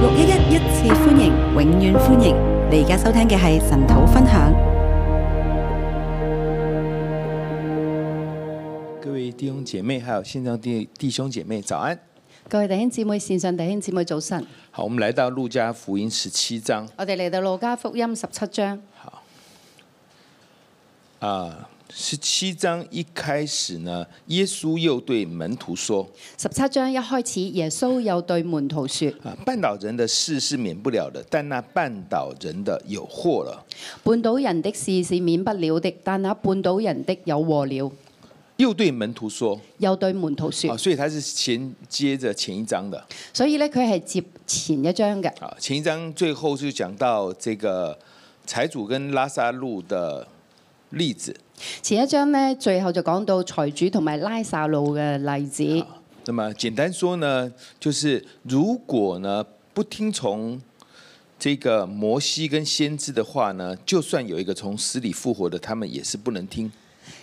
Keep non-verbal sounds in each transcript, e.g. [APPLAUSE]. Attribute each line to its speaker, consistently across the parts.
Speaker 1: 六一一一次歡迎，永遠歡迎！你而家收聽嘅係神土分享。
Speaker 2: 各位弟兄姐妹，還有線上弟弟兄姐妹，早安！
Speaker 3: 各位弟兄姊妹、線上弟兄姊妹早晨，
Speaker 2: 好，我們來到路加福音十七章
Speaker 3: 我哋嚟到路加福音十七章，
Speaker 2: 啊，十七章一開始呢，耶穌又對門徒說：
Speaker 3: 十七章一開始，耶穌又對門徒說：
Speaker 2: 啊，絆倒人的事是免不了的，但那絆倒人的有禍了。
Speaker 3: 絆倒人的事是免不了的，但那絆倒人的有禍了。
Speaker 2: 又對門徒說，
Speaker 3: 又對門徒說
Speaker 2: 啊，，所以他是衔接着前一章的，
Speaker 3: 所以咧佢係接前一章嘅。
Speaker 2: 啊，前一章最後就講到這個財主跟拉撒路的例子，
Speaker 3: 前一章呢，最後就講到財主同埋拉撒路嘅例子。
Speaker 2: 那麼簡單說呢，就是如果呢不聽從這個摩西跟先知的話呢，就算有一個從死裡復活的，他們也是不能聽。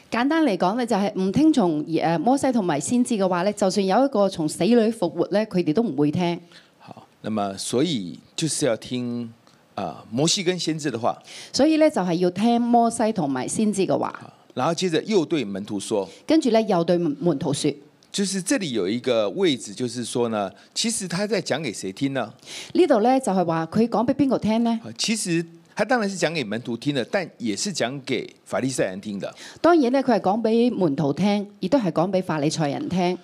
Speaker 3: 簡單嚟講咧，就係唔聽從誒摩西同埋先知嘅話咧，就算有一個從死裏復活咧，佢哋都唔會聽。
Speaker 2: 好，那麼所以就是要聽啊、摩西跟先知的話，
Speaker 3: 所以咧就係要聽摩西同埋先知嘅話。
Speaker 2: 然後接着又對門徒說，
Speaker 3: 跟住咧又對門門徒說：
Speaker 2: 就是這裡有一個位置，就是說呢，其實他在講給誰聽呢？
Speaker 3: 呢度咧就係話佢講俾邊個聽呢？
Speaker 2: 啊，其實他當然是講給門徒聽的，但也是講給法利賽人聽的。
Speaker 3: 當然咧，佢係講俾門徒聽，亦都係講俾法利賽人聽，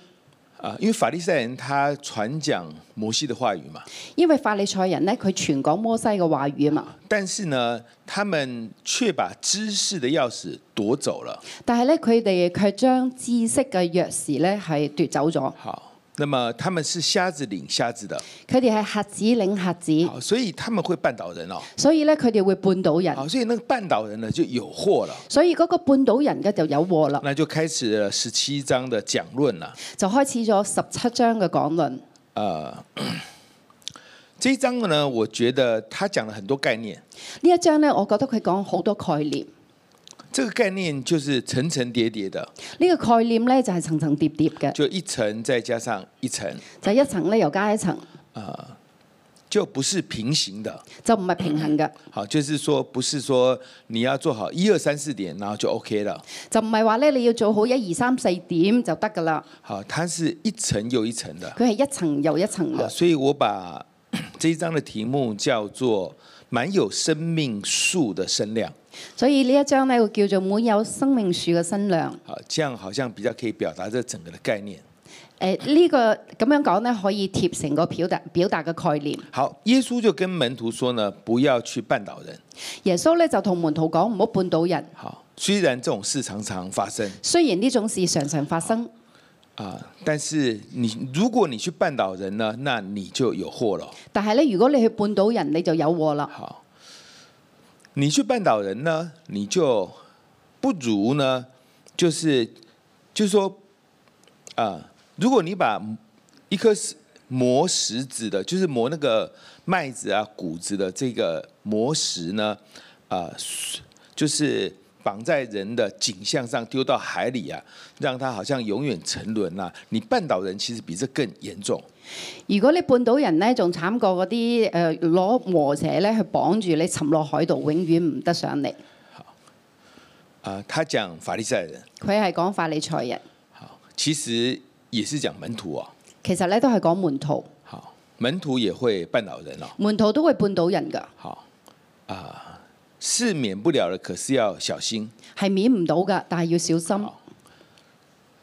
Speaker 2: 啊，因為法利賽人他傳講摩西的話語嘛，
Speaker 3: 因為法利賽人咧佢全講摩西嘅話語啊嘛。
Speaker 2: 但是呢，他們卻把知識的鑰匙奪走了。
Speaker 3: 但係咧，佢哋卻將知識嘅鑰匙咧係奪走咗。
Speaker 2: 好，那麼他們是瞎子領瞎子的，
Speaker 3: 佢哋係瞎子領瞎子，
Speaker 2: 好，所以他們會絆倒人哦。
Speaker 3: 所以咧佢哋會絆倒人，
Speaker 2: 好，所以那個絆倒人呢就有禍了，
Speaker 3: 所以嗰個絆倒人嘅就有禍啦。
Speaker 2: 那就開始了十七章的講論了。
Speaker 3: 就開始咗十七章嘅講論。
Speaker 2: 呃，這一章呢，我覺得他講了很多概念，
Speaker 3: 呢一章咧，我覺得佢講好多概念。
Speaker 2: 這個概念就是層層疊疊的，
Speaker 3: 呢、個概念咧就係層層疊疊嘅，
Speaker 2: 就一層再加上一層，
Speaker 3: 就一層咧又加一層，
Speaker 2: 就不是平行的。
Speaker 3: 就唔係平衡嘅。
Speaker 2: 好，就是說不是說你要做好一二三四點，然後就 OK 了。
Speaker 3: 就唔係話咧，你要做好一二三四點就得㗎啦。
Speaker 2: 好，它是一层又一层的。
Speaker 3: 佢係一層又一層
Speaker 2: 好，
Speaker 3: 嘅，
Speaker 2: 所以我把这一章的題目叫做“滿有生命樹的身量
Speaker 3: 所以呢一章咧，佢叫做滿有生命樹嘅新娘。”。
Speaker 2: 好，這樣好像比較可以表達這整個的概念。
Speaker 3: 誒、呢、個咁樣講咧，可以貼成個表達表達嘅概念。
Speaker 2: 好，耶穌就跟門徒說呢，不要去絆倒人。
Speaker 3: 耶穌咧就同門徒講：唔好絆倒人。
Speaker 2: 好，雖然這種事常常發生
Speaker 3: 雖然呢種事常常發生，
Speaker 2: 啊，但是你如果你去絆倒人呢，那你就有禍了。
Speaker 3: 但係咧，如果你去絆倒人，你就有禍啦。
Speaker 2: 好，你去絆倒人呢，你就不如呢，就是就是说，啊、如果你把一颗石磨石子的，就是磨那个麦子啊、谷子的这个磨石呢，啊、就是绑在人的颈项上，丢到海里啊，让它好像永远沉沦啊。你绊倒人，其实比这更严重。
Speaker 3: 如果你絆倒人咧，仲慘過嗰啲誒攞磨蛇咧去綁住你沉落海度，永遠唔得上嚟。
Speaker 2: 啊、他讲法利赛人，
Speaker 3: 佢係講法利賽人，
Speaker 2: 好，其实也是讲门徒啊、
Speaker 3: 其實咧都係講門徒。
Speaker 2: 好，门徒也會絆倒人哦。
Speaker 3: 門徒都會絆倒人㗎，
Speaker 2: 好，啊、是免不了的，可是要小心
Speaker 3: 係免唔到㗎，但係要小心。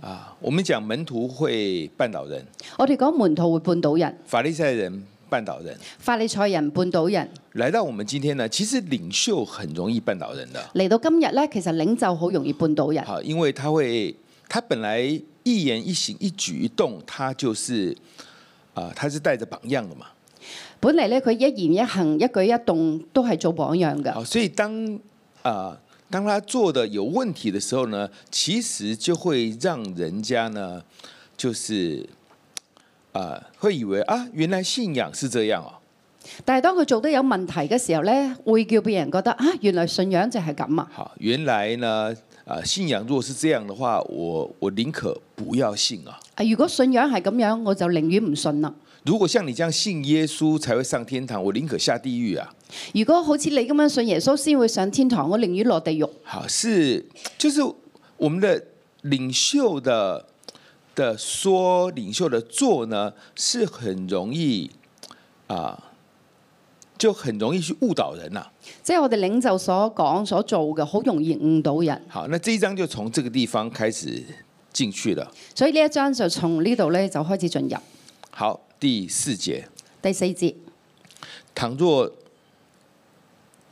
Speaker 2: 啊。我們講門徒會絆倒人，
Speaker 3: 我哋講門徒會絆倒人，
Speaker 2: 法利賽人絆倒人。
Speaker 3: 法利賽人絆倒人。
Speaker 2: 來到我們今天呢，其實領袖很容易絆倒人的。
Speaker 3: 嚟到今日咧，其實領袖好容易絆倒人，
Speaker 2: 好，因為他會，他本來一言一行、一舉一動，他就是啊、他是帶着榜樣的嘛。
Speaker 3: 本嚟咧佢一言一行、一舉一動都係做榜樣㗎。
Speaker 2: 好，所以當啊、當他做的有問題的時候呢，其實就會讓人家呢，就是啊、會以為啊，原來信仰是這樣哦。
Speaker 3: 但係當佢做得有問題嘅時候咧，會叫別人覺得啊，原來信仰就係咁啊。
Speaker 2: 好，原來呢，啊、信仰如果是這樣的話，我我寧可不要信啊。
Speaker 3: 啊如果信仰係咁樣，我就寧願唔信啦。
Speaker 2: 如果像你这样信耶稣才会上天堂，我宁可下地狱啊！
Speaker 3: 如果好似你咁樣信耶穌先會上天堂，我寧願落地獄。
Speaker 2: 好，是就是我们的领袖的的说，领袖的做呢，是很容易啊、就很容易去误导人呐、
Speaker 3: 即係我哋領袖所講所做嘅，好容易誤導人。
Speaker 2: 好，那这一章就从这个地方开始进去了。
Speaker 3: 所以呢一章就從呢度咧就開始進入
Speaker 2: 好，第四节，
Speaker 3: 第四節。
Speaker 2: 倘若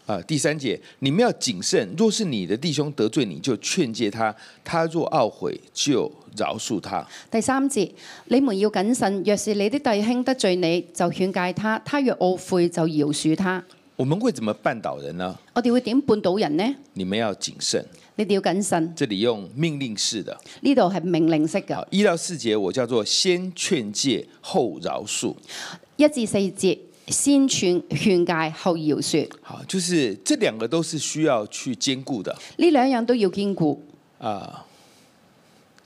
Speaker 2: 啊、第三节，你们要谨慎，若是你的弟兄得罪你，就劝诫他；他若懊悔，就饶恕他。
Speaker 3: 第三節，你們要謹慎，若是你的弟兄得罪你，就勸戒他；他若懊悔，就饒恕他。
Speaker 2: 我们会怎么绊倒人呢？
Speaker 3: 我哋會點半倒人呢？
Speaker 2: 你们要谨慎，
Speaker 3: 你哋要謹慎。
Speaker 2: 这里用命令式的。
Speaker 3: 呢度係命令式
Speaker 2: 好
Speaker 3: 嘅，，
Speaker 2: 一到四节我叫做先劝诫后饶恕。
Speaker 3: 一至四節先勸勸戒，後饒恕。
Speaker 2: 好，就是这两个都是需要去兼顾的
Speaker 3: 呢兩樣都要兼顧，
Speaker 2: 啊、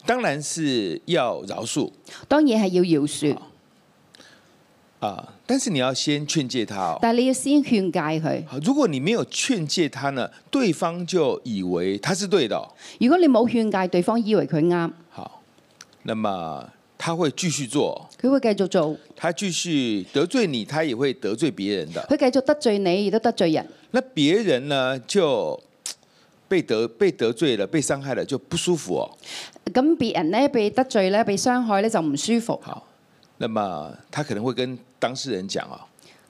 Speaker 2: 当然是要饶恕
Speaker 3: 當然係要饒恕，
Speaker 2: 啊、但是你要先劝诫他哦。
Speaker 3: 但係你要先勸戒佢。
Speaker 2: 好，如果你没有劝诫他呢，对方就以为他是对的哦、
Speaker 3: 如果你冇勸戒對方，以為佢啱，
Speaker 2: 好，那么他会继续做，哦
Speaker 3: 佢會繼續做，
Speaker 2: 他继续得罪你，他也会得罪别人的。
Speaker 3: 佢繼續得罪你，亦都得罪人。
Speaker 2: 那别人呢，就被得被得罪了，被伤害了，就不舒服哦。
Speaker 3: 咁別人咧被得罪咧，被傷害咧就唔舒服，
Speaker 2: 好，那么他可能会跟当事人讲哦。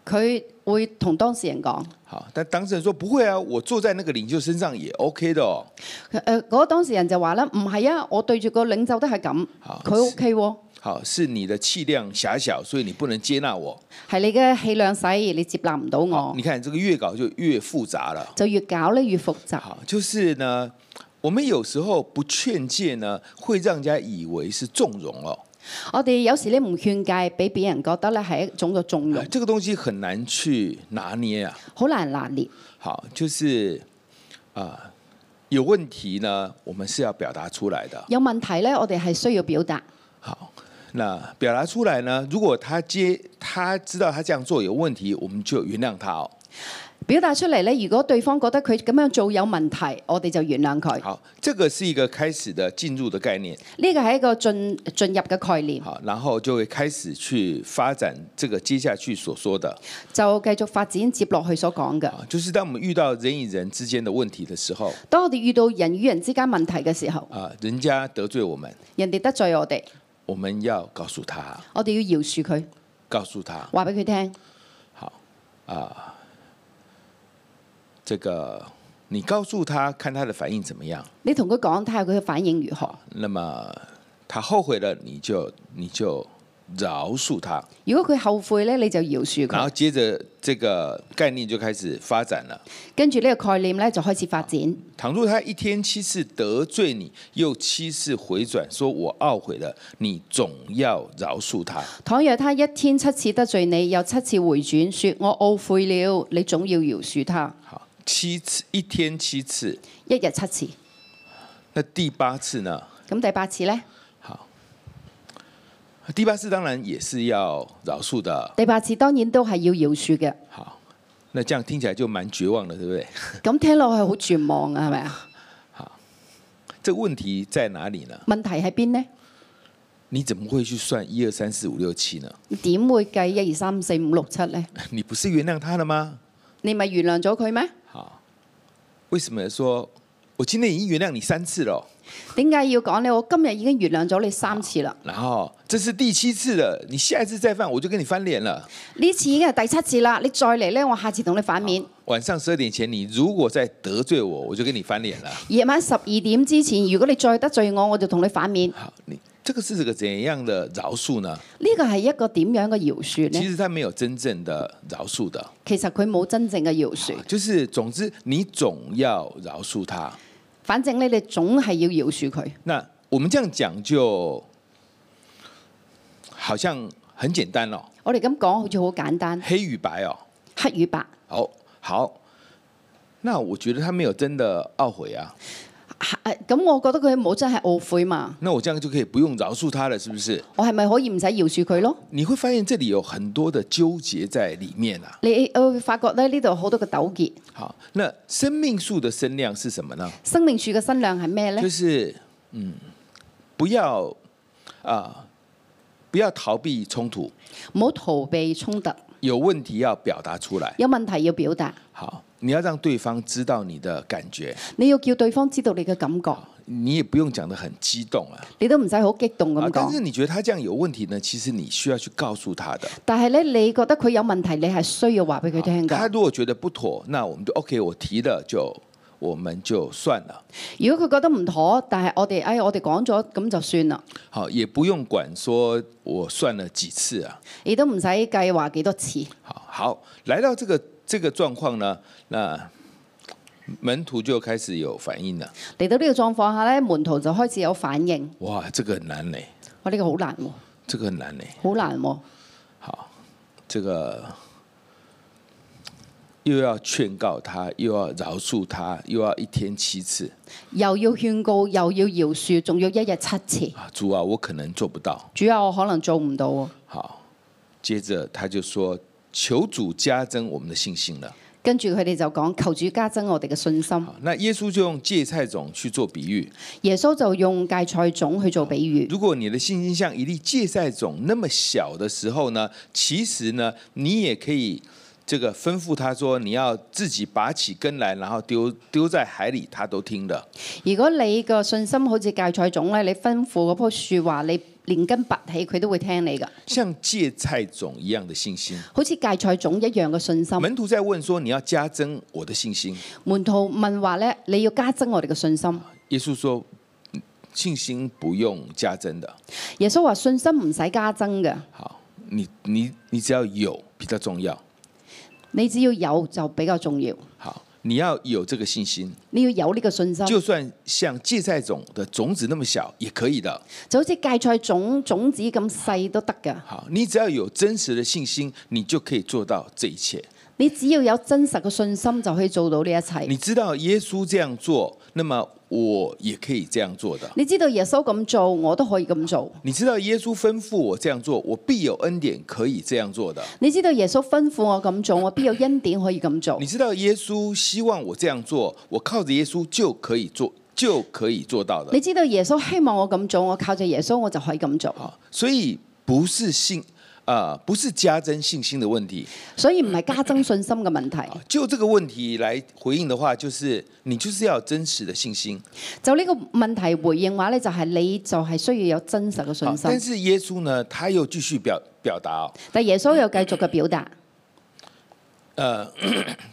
Speaker 3: 佢會同當事人講。
Speaker 2: 好，但当事人说不会啊，我坐在那个领袖身上也 OK 的哦。
Speaker 3: 誒呃嗰個當事人就話啦：唔係啊，我對住個領袖都係咁，
Speaker 2: 好
Speaker 3: 佢 OK 喎，
Speaker 2: 好，是你的气量狭小，所以你不能接纳我。
Speaker 3: 係你嘅氣量細，你接納唔到
Speaker 2: 好，
Speaker 3: 我
Speaker 2: 你，看这个越搞就越複杂了。
Speaker 3: 就越搞咧越複雜。
Speaker 2: 好，就是呢，我们有时候不劝诫呢，会让人家以为是纵容哦。
Speaker 3: 我哋有時咧唔勸戒，俾別人覺得咧係一種嘅縱容，
Speaker 2: 这个东西很难去拿捏啊。
Speaker 3: 好難拿捏。
Speaker 2: 好，就是啊、有問題呢，我們是要表達出來的。
Speaker 3: 有問題咧，我哋係需要表達。
Speaker 2: 好，那表達出來呢，如果他接他知道他這樣做有問題，我們就原諒他哦。
Speaker 3: 表達出嚟咧，如果對方覺得佢咁樣做有問題，我哋就原諒佢。
Speaker 2: 好，這個是一個開始的進入的概念。
Speaker 3: 呢個係一個進進入嘅概念，
Speaker 2: 好，然後就會開始去發展這個接下去所說的
Speaker 3: 就繼續發展接落去所講嘅。
Speaker 2: 啊，就是當我們遇到人與人之間的問題的時候
Speaker 3: 當我哋遇到人與人之間問題嘅時候，
Speaker 2: 啊，人家得罪我們，
Speaker 3: 人哋得罪我哋，
Speaker 2: 我們要告訴他，
Speaker 3: 我哋要饒恕佢，
Speaker 2: 告訴他
Speaker 3: 話俾佢聽：
Speaker 2: 這個，你告訴他看他的反應怎麼樣。
Speaker 3: 你同佢講，睇下佢嘅反應如何。
Speaker 2: 那么他後悔了，你就你就饒恕他，
Speaker 3: 如果佢後悔咧，你就饒恕
Speaker 2: 然後
Speaker 3: 佢。
Speaker 2: 接着這個概念就開始發展了。
Speaker 3: 跟住呢個概念咧就開始發展。
Speaker 2: 倘若他一天七次得罪你，又七次回轉，說我懊悔了，你总要饒恕他。
Speaker 3: 倘若他一天七次得罪你，又七次回轉，說我懊悔了，你總要饒恕他。
Speaker 2: 好，七次一天七次，
Speaker 3: 一日七次，
Speaker 2: 那第八次呢？
Speaker 3: 咁第八次呢？
Speaker 2: 第八次當然也是要饒恕的。
Speaker 3: 第八次當然都係要饒恕嘅。
Speaker 2: 好，那這樣聽起來就蠻絕望的，對不對？
Speaker 3: 咁聽落去好絕望啊，係咪啊？
Speaker 2: 這個問題在哪裡呢？
Speaker 3: 問題喺邊呢？
Speaker 2: 你怎麼會去算一二三四五六七呢？ [LAUGHS]
Speaker 3: 你點會計一二三四五六七呢？
Speaker 2: 你不是原諒他了嗎？
Speaker 3: 你咪原諒咗佢咩？
Speaker 2: 好，为什么说我今天已经原諒你三次了哦？
Speaker 3: 點解要講呢？我今日已經原諒咗你三次啦，
Speaker 2: 然后这是第七次了，你下一次再犯我就跟你翻臉了。
Speaker 3: 呢次已經係第七次啦，你再嚟呢，我下次同你反面。
Speaker 2: 晚上十二点前，你如果再得罪我，我就跟你翻臉了。
Speaker 3: 夜晚十二點之前，如果你再得罪我，我就同你反面。
Speaker 2: 好，你这個是个怎樣的饶恕呢？
Speaker 3: 呢個係一個點樣嘅饒恕
Speaker 2: 其
Speaker 3: 呢？
Speaker 2: 實他沒有真正的饶恕的，
Speaker 3: 其實佢冇真正嘅饒恕，
Speaker 2: 就是總之你總要饶恕他。
Speaker 3: 反正呢，你總係要饒恕佢。
Speaker 2: 那我們這樣講就好像很簡單哦，
Speaker 3: 我哋咁講好似好簡單，
Speaker 2: 黑與白哦。
Speaker 3: 黑與白。
Speaker 2: 好好，那我覺得他沒有真的懊悔啊。
Speaker 3: 係咁我覺得佢冇真係懊悔嘛，
Speaker 2: 那我这样就可以不用饶恕他了，是不是？
Speaker 3: 我係咪可以唔使饒恕佢咯？
Speaker 2: 你会发现这里有很多的纠结在里面啊。
Speaker 3: 你我會發覺咧呢度好多嘅糾結。
Speaker 2: 好，那生命树的身量是什么呢？
Speaker 3: 生命樹嘅身量係咩呢
Speaker 2: 就？是嗯，不要啊、不要逃避冲突，
Speaker 3: 唔好逃避衝突，
Speaker 2: 有問題要表達出來。
Speaker 3: 有問題要表達，
Speaker 2: 好，你要讓對方知道你的感覺，
Speaker 3: 你要叫對方知道你嘅感覺，
Speaker 2: 你也不用講得很激動啊。
Speaker 3: 你都唔使好激動
Speaker 2: 啊
Speaker 3: 咁
Speaker 2: 但是
Speaker 3: 講。
Speaker 2: 你覺得他這樣有問題呢？其實你需要去告訴他的。
Speaker 3: 但係咧，你覺得佢有問題，你係需要話俾佢聽
Speaker 2: 他
Speaker 3: 㗎。
Speaker 2: 如果覺得不妥，那我們就 OK，我提了就我們就算了。
Speaker 3: 如果佢覺得唔妥，但係我哋，哎，我哋講咗咁就算啦，
Speaker 2: 好，也不用管說我算了幾次啊。
Speaker 3: 亦都唔使計話幾多次。
Speaker 2: 好好，來到這個這個狀況呢，那门徒就開始有反應了。
Speaker 3: 嚟到呢個狀況下咧，門徒就開始有反應。
Speaker 2: 哇，這個很難嘞，
Speaker 3: 哇！呢、個好難喎、
Speaker 2: 這個很難嘞。
Speaker 3: 好難喎、
Speaker 2: 好，这个又要勸告他，又要饒恕他，又要一天七次
Speaker 3: 又要勸告，又要饒恕，仲要一日七次。
Speaker 2: 啊！主啊，我可能做不到。
Speaker 3: 主啊，我可能做唔到喎。
Speaker 2: 好，接着他就说：“求主加增我们的信心了。
Speaker 3: 跟住佢哋就講求主加增我哋嘅信心。
Speaker 2: 好”那耶穌就用芥菜種去做比喻。
Speaker 3: 耶穌就用芥菜種去做比喻。
Speaker 2: 如果你的信心像一粒芥菜种那么小的时候呢，其实呢，你也可以这个吩咐他说，你要自己拔起根来，然后丢丢在海里，他都听的。
Speaker 3: 如果你個信心好似芥菜種咧，你吩咐嗰棵樹話，你連根拔起，佢都會聽你噶。
Speaker 2: 像芥菜種一樣的信心。
Speaker 3: 好似芥菜種一樣嘅信心。
Speaker 2: 门徒在問說：“你要加增我的信心
Speaker 3: 門徒問話咧，你要加增我哋嘅信心。？”
Speaker 2: 耶穌说：“嗯信心不用加增的，
Speaker 3: 耶穌話信心唔使加增嘅，
Speaker 2: 好，你你你只要有比较重要。
Speaker 3: 你只要有就比較重要。
Speaker 2: 好，你要有这个信心，
Speaker 3: 你要有呢個信心。
Speaker 2: 就算像芥菜種的种子那么小也可以的。
Speaker 3: 就好似芥菜種種子咁細都得㗎。
Speaker 2: 好，你只要有真實的信心，你就可以做到这一切。
Speaker 3: 你只要有真實嘅信心，就可以做到呢一切。
Speaker 2: 你知道耶穌這樣做，那麼我也可以这样做的。
Speaker 3: 你知道耶穌咁做，我都可以咁做。
Speaker 2: 你知道耶穌吩咐我这样做，我必有恩典可以这样做的。
Speaker 3: 你知道耶穌吩咐我咁做，我必有恩典可以咁做
Speaker 2: 你。知道耶穌希望我這樣做，我靠着耶穌就可以做，就可以做到的
Speaker 3: 你。知道耶穌希望我咁做，我靠住耶穌我就可以咁做。
Speaker 2: 好，所以不是信啊、不是加增信心的問題
Speaker 3: 所以唔係加增信心嘅問題。
Speaker 2: 啊。就這個問題來回應的話，就是你就是要有真實的信心。
Speaker 3: 就呢個問題回應話呢，就係你就係需要有真實嘅
Speaker 2: 好
Speaker 3: 信，
Speaker 2: 哦但
Speaker 3: 心。
Speaker 2: 是耶穌呢，他又繼續表表達哦，
Speaker 3: 但耶穌又繼續嘅表達，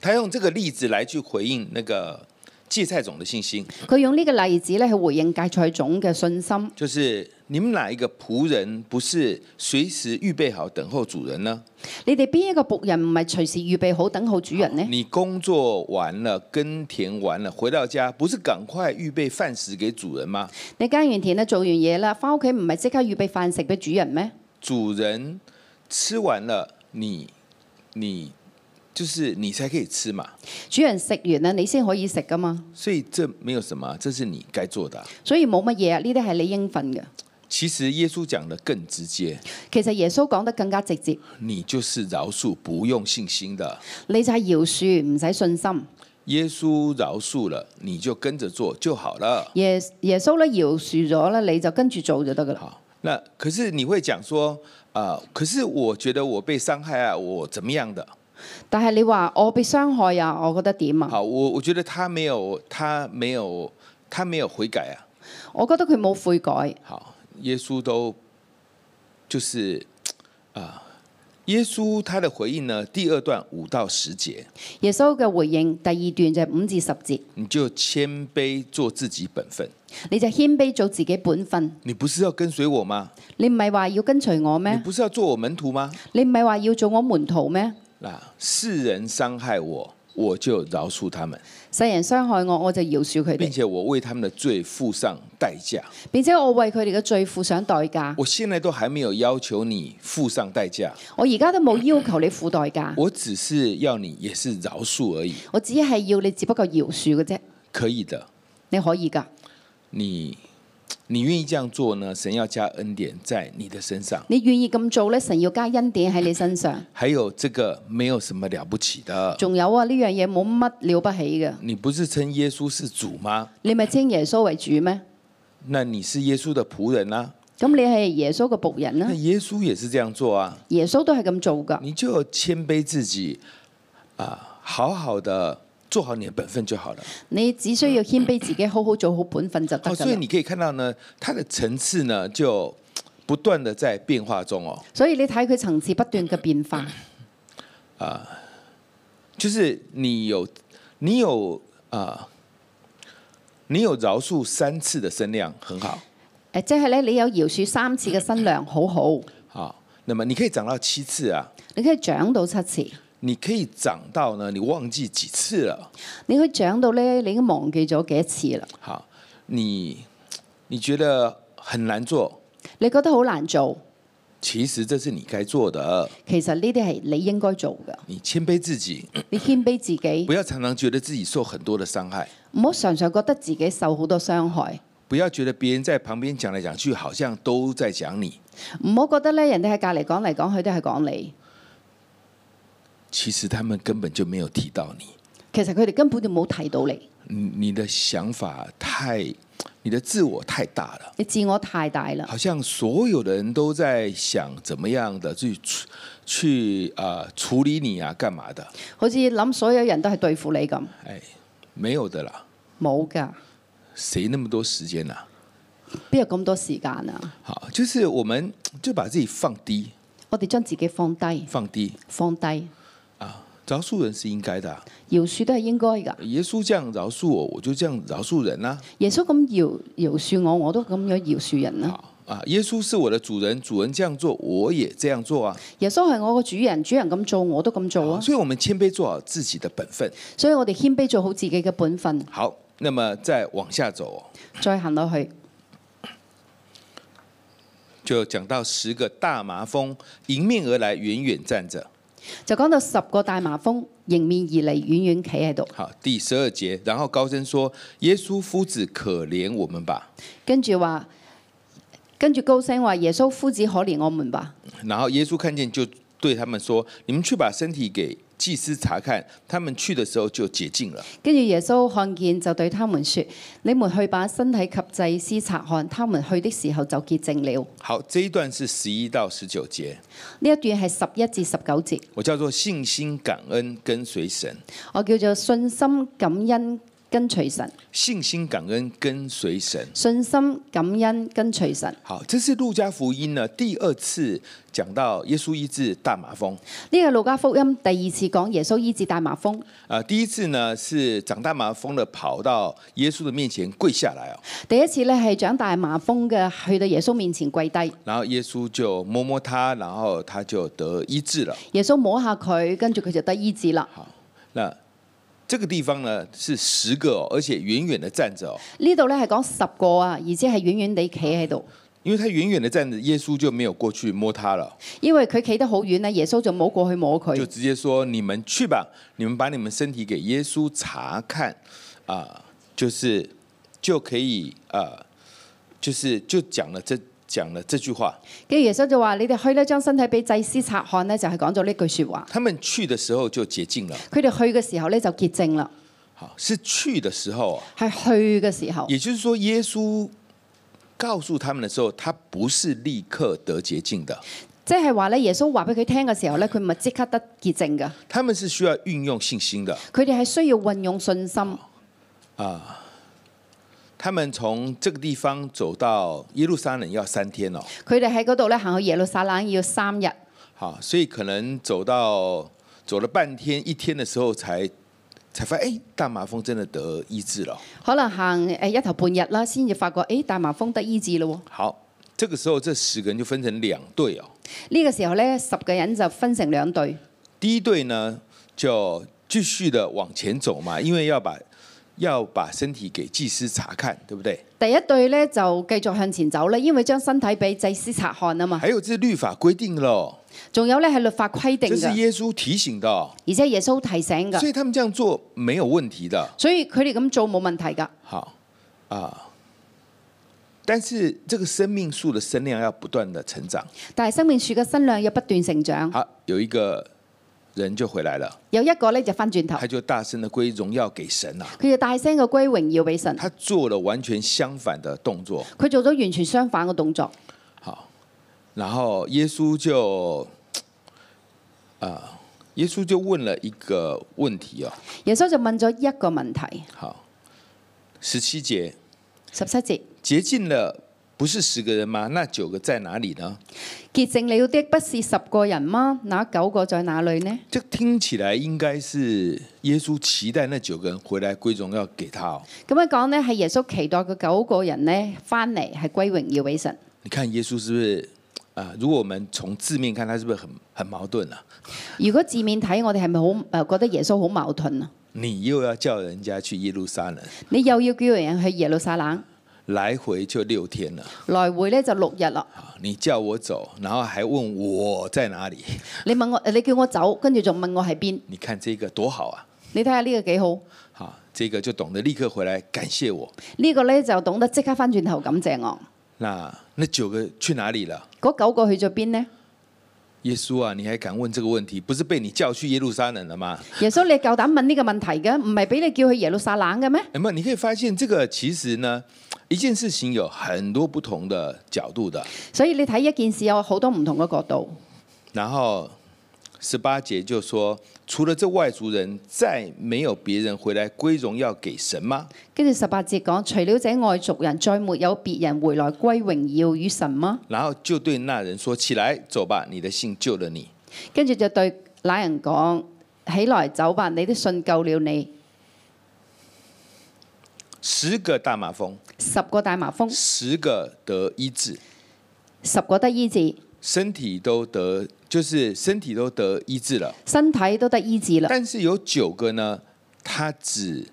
Speaker 2: 他用這個例子來去回應那個芥菜種的信心，
Speaker 3: 佢用呢個例子咧去回應芥菜種嘅信心。
Speaker 2: 就是你們哪一個僕人不是隨時預備好等候主人呢？
Speaker 3: 你哋邊一個仆人唔係隨時預備好等候主人呢？
Speaker 2: 你工作完了，耕田完了，回到家不是赶快预备饭食给主人吗？
Speaker 3: 你耕完田咧，做完嘢啦，翻屋企唔係即刻預備飯食俾主人咩？
Speaker 2: 主人吃完了，你你就是你才可以吃嘛。
Speaker 3: 主人食完啦，你先可以食噶嘛。
Speaker 2: 所以这没有什么啊，这是你该做的啊、
Speaker 3: 所以冇乜嘢啊，呢啲係你應份嘅。
Speaker 2: 其实耶穌讲的更直接，
Speaker 3: 其實耶穌講得更加直接，
Speaker 2: 你就是饶恕不用信心的。
Speaker 3: 你就係饒恕，唔使信心。
Speaker 2: 耶穌饶恕了，你就跟着做就好了。
Speaker 3: 耶耶穌咧饒恕咗咧，你就跟住做就得噶啦。
Speaker 2: 好，那可是你会讲说，啊、可是我觉得我被伤害啊，我怎么样的？
Speaker 3: 但係你話我被傷害啊，我覺得點啊？
Speaker 2: 好，我我觉得他没有，他没有，他没有悔改啊。
Speaker 3: 我覺得佢冇悔改。
Speaker 2: 好，耶稣都就是啊、耶稣他的回应呢，第二段五到十节，
Speaker 3: 耶穌嘅回應第二段就係五至十節，
Speaker 2: 你就谦卑做自己本分。
Speaker 3: 你就謙卑做自己本分。
Speaker 2: 你不是要跟随我吗？
Speaker 3: 你唔係話要跟隨我
Speaker 2: 你
Speaker 3: 咩？
Speaker 2: 不是要做我门徒吗？
Speaker 3: 你唔係話要做我門徒咩？
Speaker 2: 那世人伤害我，我就饶恕他们，
Speaker 3: 世人傷害我，我就饒恕佢
Speaker 2: 并
Speaker 3: 哋，
Speaker 2: 且我为他們的罪付上代价。
Speaker 3: 並且我為佢哋嘅罪付上代價。
Speaker 2: 我现在都还没有要求你付上代價，
Speaker 3: 我而家都冇要求你付代價，
Speaker 2: 我只是要你也是饶恕而已，
Speaker 3: 我只係要你只不過饒恕嘅啫，
Speaker 2: 可以的。
Speaker 3: 你可以㗎。
Speaker 2: 你你愿意这样做呢，神要加恩典在你的身上。
Speaker 3: 你願意咁做咧，神要加恩典喺你身上。
Speaker 2: 还有这个没有什么了不起的，
Speaker 3: 仲有啊，呢樣嘢冇乜了不起嘅。
Speaker 2: 你不是称耶稣是主吗？
Speaker 3: 你咪稱耶穌為主咩？
Speaker 2: 那你是耶稣的仆人啦、
Speaker 3: 咁你係耶穌嘅仆人啦
Speaker 2: 那。耶稣也是这样做啊，
Speaker 3: 耶穌都係咁做噶。
Speaker 2: 你就谦卑自己啊，好好的做好你的本分就好了。
Speaker 3: 你只需要謙卑自己，好好做好本分就得
Speaker 2: 哦，
Speaker 3: 㗎
Speaker 2: 所以
Speaker 3: 啦。
Speaker 2: 你可以看到呢，它的层次呢就不断的在变化中哦。
Speaker 3: 所以你睇佢層次不斷嘅變化，
Speaker 2: 就是你有你有啊、你有饶恕三次的身量，很好
Speaker 3: 誒，即係咧，你有饒恕三次嘅身量，好好，
Speaker 2: 好。那么你可以涨到七次啊，
Speaker 3: 你可以長到七次，
Speaker 2: 你可以涨到呢，你忘记几次了。
Speaker 3: 你可以長到咧，你已經忘記咗幾多次啦。
Speaker 2: 好，你你觉得很难做，
Speaker 3: 你覺得好難做，
Speaker 2: 其实这是你该做的。
Speaker 3: 其實呢啲係你應該做嘅。
Speaker 2: 你谦卑自己，
Speaker 3: 你謙卑自己
Speaker 2: 不，要常常觉得自己受很多的伤害，
Speaker 3: 唔好常常覺得自己受好多傷害，
Speaker 2: 不要觉得别人在旁边讲来讲去，好像都在讲你。
Speaker 3: 唔好覺得咧人哋喺隔離講嚟講去都係講你，
Speaker 2: 其实他们根本就没有提到你，
Speaker 3: 其實佢哋根本就冇提到你，
Speaker 2: 你你的想法太，你的自我太大了，
Speaker 3: 你自我太大啦。
Speaker 2: 好像所有的人都在想怎么样的去处去啊、呃处理你啊干嘛的，
Speaker 3: 好似諗所有人都係對付你咁，
Speaker 2: 哎，没有的啦，
Speaker 3: 冇㗎，
Speaker 2: 谁那么多时间呐、
Speaker 3: 邊有咁多時間啊？
Speaker 2: 好，就是我们就把自己放低，
Speaker 3: 我哋將自己放低，
Speaker 2: 放低
Speaker 3: 放低，
Speaker 2: 啊，饶恕人是应该的啊、
Speaker 3: 饒恕都係應該㗎。
Speaker 2: 耶稣这样饶恕我，我就这样饶恕人啊啦、
Speaker 3: 耶穌咁饒饒恕我，我都咁樣饒恕人啦。
Speaker 2: 好啊，耶稣是我的主人，主人这样做，我也这样做啊。
Speaker 3: 耶穌係我個主人，主人咁做我都咁做啊。
Speaker 2: 所以，我们谦卑做好自己的本分。
Speaker 3: 所以我哋謙卑做好自己嘅本分，
Speaker 2: 好，那么再往下走哦、
Speaker 3: 再行落去。
Speaker 2: 就讲到十个大麻风迎面而来，远远站着。
Speaker 3: 就講到十個大麻風迎面而嚟，遠遠企喺度，
Speaker 2: 好，第十二节，然后高声说：“耶稣夫子，可怜我们吧。
Speaker 3: 跟住話，跟住高聲話：耶穌夫子可憐我們吧！”
Speaker 2: 然后耶稣看见，就对他们说：“你们去把身体给祭司查看。”他们去的时候就洁净了。
Speaker 3: 跟住耶穌看見就對他們說：你們去把身體及祭司察看，他們去的時候就潔淨了。
Speaker 2: 好，这一段是十一到十九节，
Speaker 3: 呢一段係十一至十九節，
Speaker 2: 我叫做信心感恩跟随神。
Speaker 3: 我叫做信心感恩跟隨神，
Speaker 2: 信心感恩跟随神。
Speaker 3: 信心感恩跟隨神。
Speaker 2: 好，这是路加福音呢第二次讲到耶稣医治大麻风。
Speaker 3: 呢個路加福音第二次講耶穌醫治大麻風，
Speaker 2: 啊、第一次呢是长大麻风的跑到耶稣的面前跪下来哦，
Speaker 3: 第一次呢係長大麻風嘅去到耶穌面前跪低。
Speaker 2: 然后耶稣就摸摸他，然后他就得医治了。
Speaker 3: 耶穌摸下佢，跟住佢就得醫治啦。
Speaker 2: 好，那这个地方呢是十个、哦，而且远远的站着哦，
Speaker 3: 呢度咧係講十個啊，而且係遠遠地企喺度，
Speaker 2: 因为他远远的站着，耶稣就没有过去摸他了，
Speaker 3: 因為佢企得好遠咧，耶穌就冇過去摸
Speaker 2: 就
Speaker 3: 佢，
Speaker 2: 直接说：“你们去吧，你们把你们身体给耶稣查看，啊、就是就可以啊、就是就讲了这讲了这句话。”
Speaker 3: 跟住耶穌就話：你哋去呢將身體俾祭司察看咧，就係講咗呢句説話。
Speaker 2: 他們去的時候就潔淨了，
Speaker 3: 佢哋去嘅時候咧就潔淨啦，
Speaker 2: 好是去的時候啊，
Speaker 3: 係去嘅時候，
Speaker 2: 也就是說耶穌告訴他們的時候，他不是立刻得潔淨的，
Speaker 3: 即係話咧，耶穌話俾佢聽嘅時候咧，佢唔係即刻得潔淨㗎，
Speaker 2: 他們是需要運用信心的。
Speaker 3: 佢哋係需要運用信心。
Speaker 2: 他們從這個地方走到耶路撒冷要三天哦，
Speaker 3: 佢哋喺嗰度咧行去耶路撒冷要三日，
Speaker 2: 好，所以可能走到走了半天一天的時候才。才發現，哎、大麻風真的得醫治了。
Speaker 3: 可能行誒一頭半日啦，先至發覺，誒大麻風得醫治咯喎。
Speaker 2: 好，這個時候這十個人就分成兩隊哦。
Speaker 3: 呢、個時候咧，十個人就分成兩隊。
Speaker 2: 第一队呢，就继续的往前走嘛，因为要把要把身体给祭司查看，对不对？
Speaker 3: 第一隊咧就繼續向前走啦，因為將身體俾祭司察看啊嘛。
Speaker 2: 还有这律法规定了哦，
Speaker 3: 仲有咧係律法規定
Speaker 2: 这是
Speaker 3: 嘅，
Speaker 2: 耶稣提醒的哦，
Speaker 3: 而且耶穌提醒
Speaker 2: 所
Speaker 3: 嘅，
Speaker 2: 以他们这样做没有问题的。
Speaker 3: 所以佢哋咁做冇問題㗎。
Speaker 2: 好啊，但是这个生命树的生量要不断的成长。
Speaker 3: 但係生命樹嘅身量又不斷成長。
Speaker 2: 好，有一个人就回来了，
Speaker 3: 有一個咧就翻轉頭，
Speaker 2: 他就大声的归荣耀给神啊。
Speaker 3: 佢就大聲嘅歸榮耀俾神。
Speaker 2: 他做了完全相反的动作，
Speaker 3: 佢做咗完全相反嘅動作，
Speaker 2: 好，然后耶稣就，啊、耶稣就问了一个问题哦，
Speaker 3: 耶穌就問咗一個問題，
Speaker 2: 好，十七节，
Speaker 3: 十七節
Speaker 2: 洁净了不是十个人吗？那九个在哪里呢？
Speaker 3: 潔淨了的不是十個人嗎？那九個在哪裏呢？
Speaker 2: 这听起来应该是耶稣期待那九个人回来归荣耀给他哦。
Speaker 3: 咁樣講呢，係耶穌期待嘅九個人呢翻嚟係歸榮耀俾神。
Speaker 2: 你看耶稣是不是啊、如果我们从字面看，他是不是很很矛盾啊？
Speaker 3: 如果字面睇，我哋係咪好诶覺得耶穌好矛盾啊？
Speaker 2: 你又要叫人家去耶路撒冷，
Speaker 3: 你又要叫人去耶路撒冷，
Speaker 2: 来回就六天了。
Speaker 3: 來回呢就六日啦。
Speaker 2: 啊你叫我走，然后还问我在哪里？
Speaker 3: 你問我，呃你叫我走，跟住仲問我喺邊？
Speaker 2: 你看这个多好啊！
Speaker 3: 你睇下呢個幾好？
Speaker 2: 好，这个就懂得立刻回来感谢我。
Speaker 3: 呢、個呢就懂得即刻翻轉頭感謝我。
Speaker 2: 那那九个去哪里了？
Speaker 3: 嗰九個去咗邊呢？
Speaker 2: 耶稣啊，你还敢问这个问题？不是被你叫去耶路撒冷了吗？
Speaker 3: 耶穌，你夠膽問呢個問題嘅？唔係俾你叫去耶路撒冷嘅咩？
Speaker 2: 那哎么你可以发现，这个其实呢，一件事情有很多不同的角度的。
Speaker 3: 所以你睇一件事有好多唔同嘅角度。
Speaker 2: 然后十八节就说，除了这外族人，再没有别人回来归荣耀给神吗？
Speaker 3: 跟住十八節講，除了這外族人，再沒有別人回來歸榮耀與神嗎？
Speaker 2: 然后就对那人说：“起来，走吧，你的信救了你。”
Speaker 3: 跟住就對那人講：起來走吧，你的信救了你。
Speaker 2: 十个大马蜂，
Speaker 3: 十個大麻風，
Speaker 2: 十个得医治，
Speaker 3: 十個得醫治，
Speaker 2: 身体都得，就是身体都得医治了。
Speaker 3: 身體都得醫治啦。
Speaker 2: 但是有九个呢，他只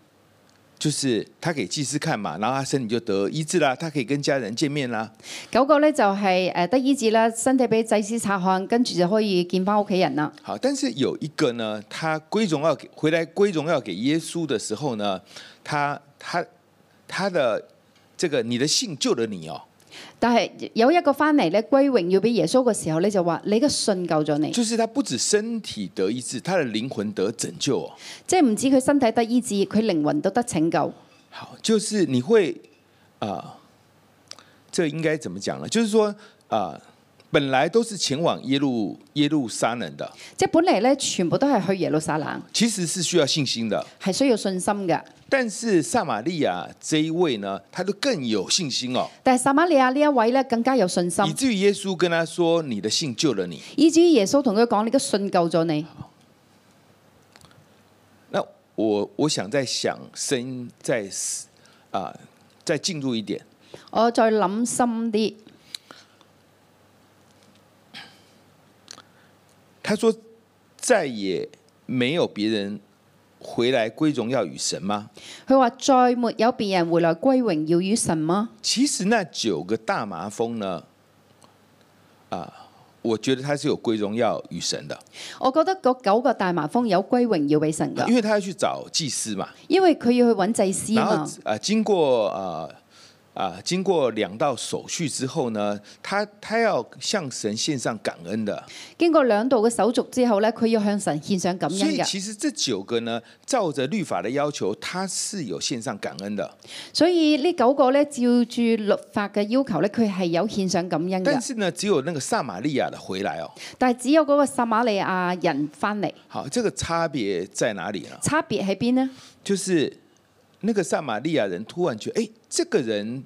Speaker 2: 就是他给祭司看嘛，然后他身体就得医治啦，他可以跟家人见面啦。
Speaker 3: 九個呢就係誒得醫治啦，身體俾祭司察看，跟住就可以見翻屋企人啦。
Speaker 2: 好，但是有一个呢，他归荣耀给回来归荣耀给耶稣的时候呢，他他他的这个你的信救了你哦，
Speaker 3: 但係有一個翻嚟咧歸榮耀俾耶穌嘅時候咧，就話你嘅信救咗你，
Speaker 2: 就是他不止身体得医治，他的灵魂得拯救哦。
Speaker 3: 即係唔止佢身體得醫治，佢靈魂都得拯救。
Speaker 2: 好，就是你会啊、这应该怎么讲呢？就是说啊、本来都是前往耶路耶路撒冷的，
Speaker 3: 即係本嚟咧全部都係去耶路撒冷，
Speaker 2: 其实是需要信心的。
Speaker 3: 係需要信心嘅。
Speaker 2: 但是撒玛利亚这一位呢，他就更有信心哦，
Speaker 3: 但係撒瑪利亞呢一位咧更加有信
Speaker 2: 以
Speaker 3: 心，
Speaker 2: 至于耶稣跟他说：“你的信救了你。
Speaker 3: 以至於耶穌同佢講：你嘅信救咗你。
Speaker 2: 那我我想再想深再啊、再进入一点，
Speaker 3: 我再諗深啲，
Speaker 2: 他说：“再也没有别人回来归荣耀与神吗？”
Speaker 3: 佢話再沒有別人回來歸榮耀與神嗎？
Speaker 2: 其实那九个大麻风呢，啊，我觉得他是有归荣耀与神的，
Speaker 3: 我覺得嗰九個大麻風有歸榮耀俾神
Speaker 2: 因
Speaker 3: 㗎，
Speaker 2: 为他要去找祭司嘛，
Speaker 3: 因為佢要去揾祭司
Speaker 2: 然后
Speaker 3: 嘛。
Speaker 2: 啊、呃经过啊啊、呃经过两道手续之后呢，他他要向神献上感恩的，
Speaker 3: 經過兩度嘅手續之後咧，佢要向神獻上感恩
Speaker 2: 所以
Speaker 3: 嘅。
Speaker 2: 其实这九个呢，照着律法的要求，他是有献上感恩的，
Speaker 3: 所以呢九個咧，照住律法嘅要求咧，佢係有獻上感恩
Speaker 2: 但
Speaker 3: 嘅。
Speaker 2: 是呢，只有那个撒玛利亚的回来哦，
Speaker 3: 但係只有嗰個撒瑪利亞人翻嚟，
Speaker 2: 好，这个差别在哪里呢？
Speaker 3: 差別喺邊呢？
Speaker 2: 就是那个撒玛利亚人突然觉得，哎，这个人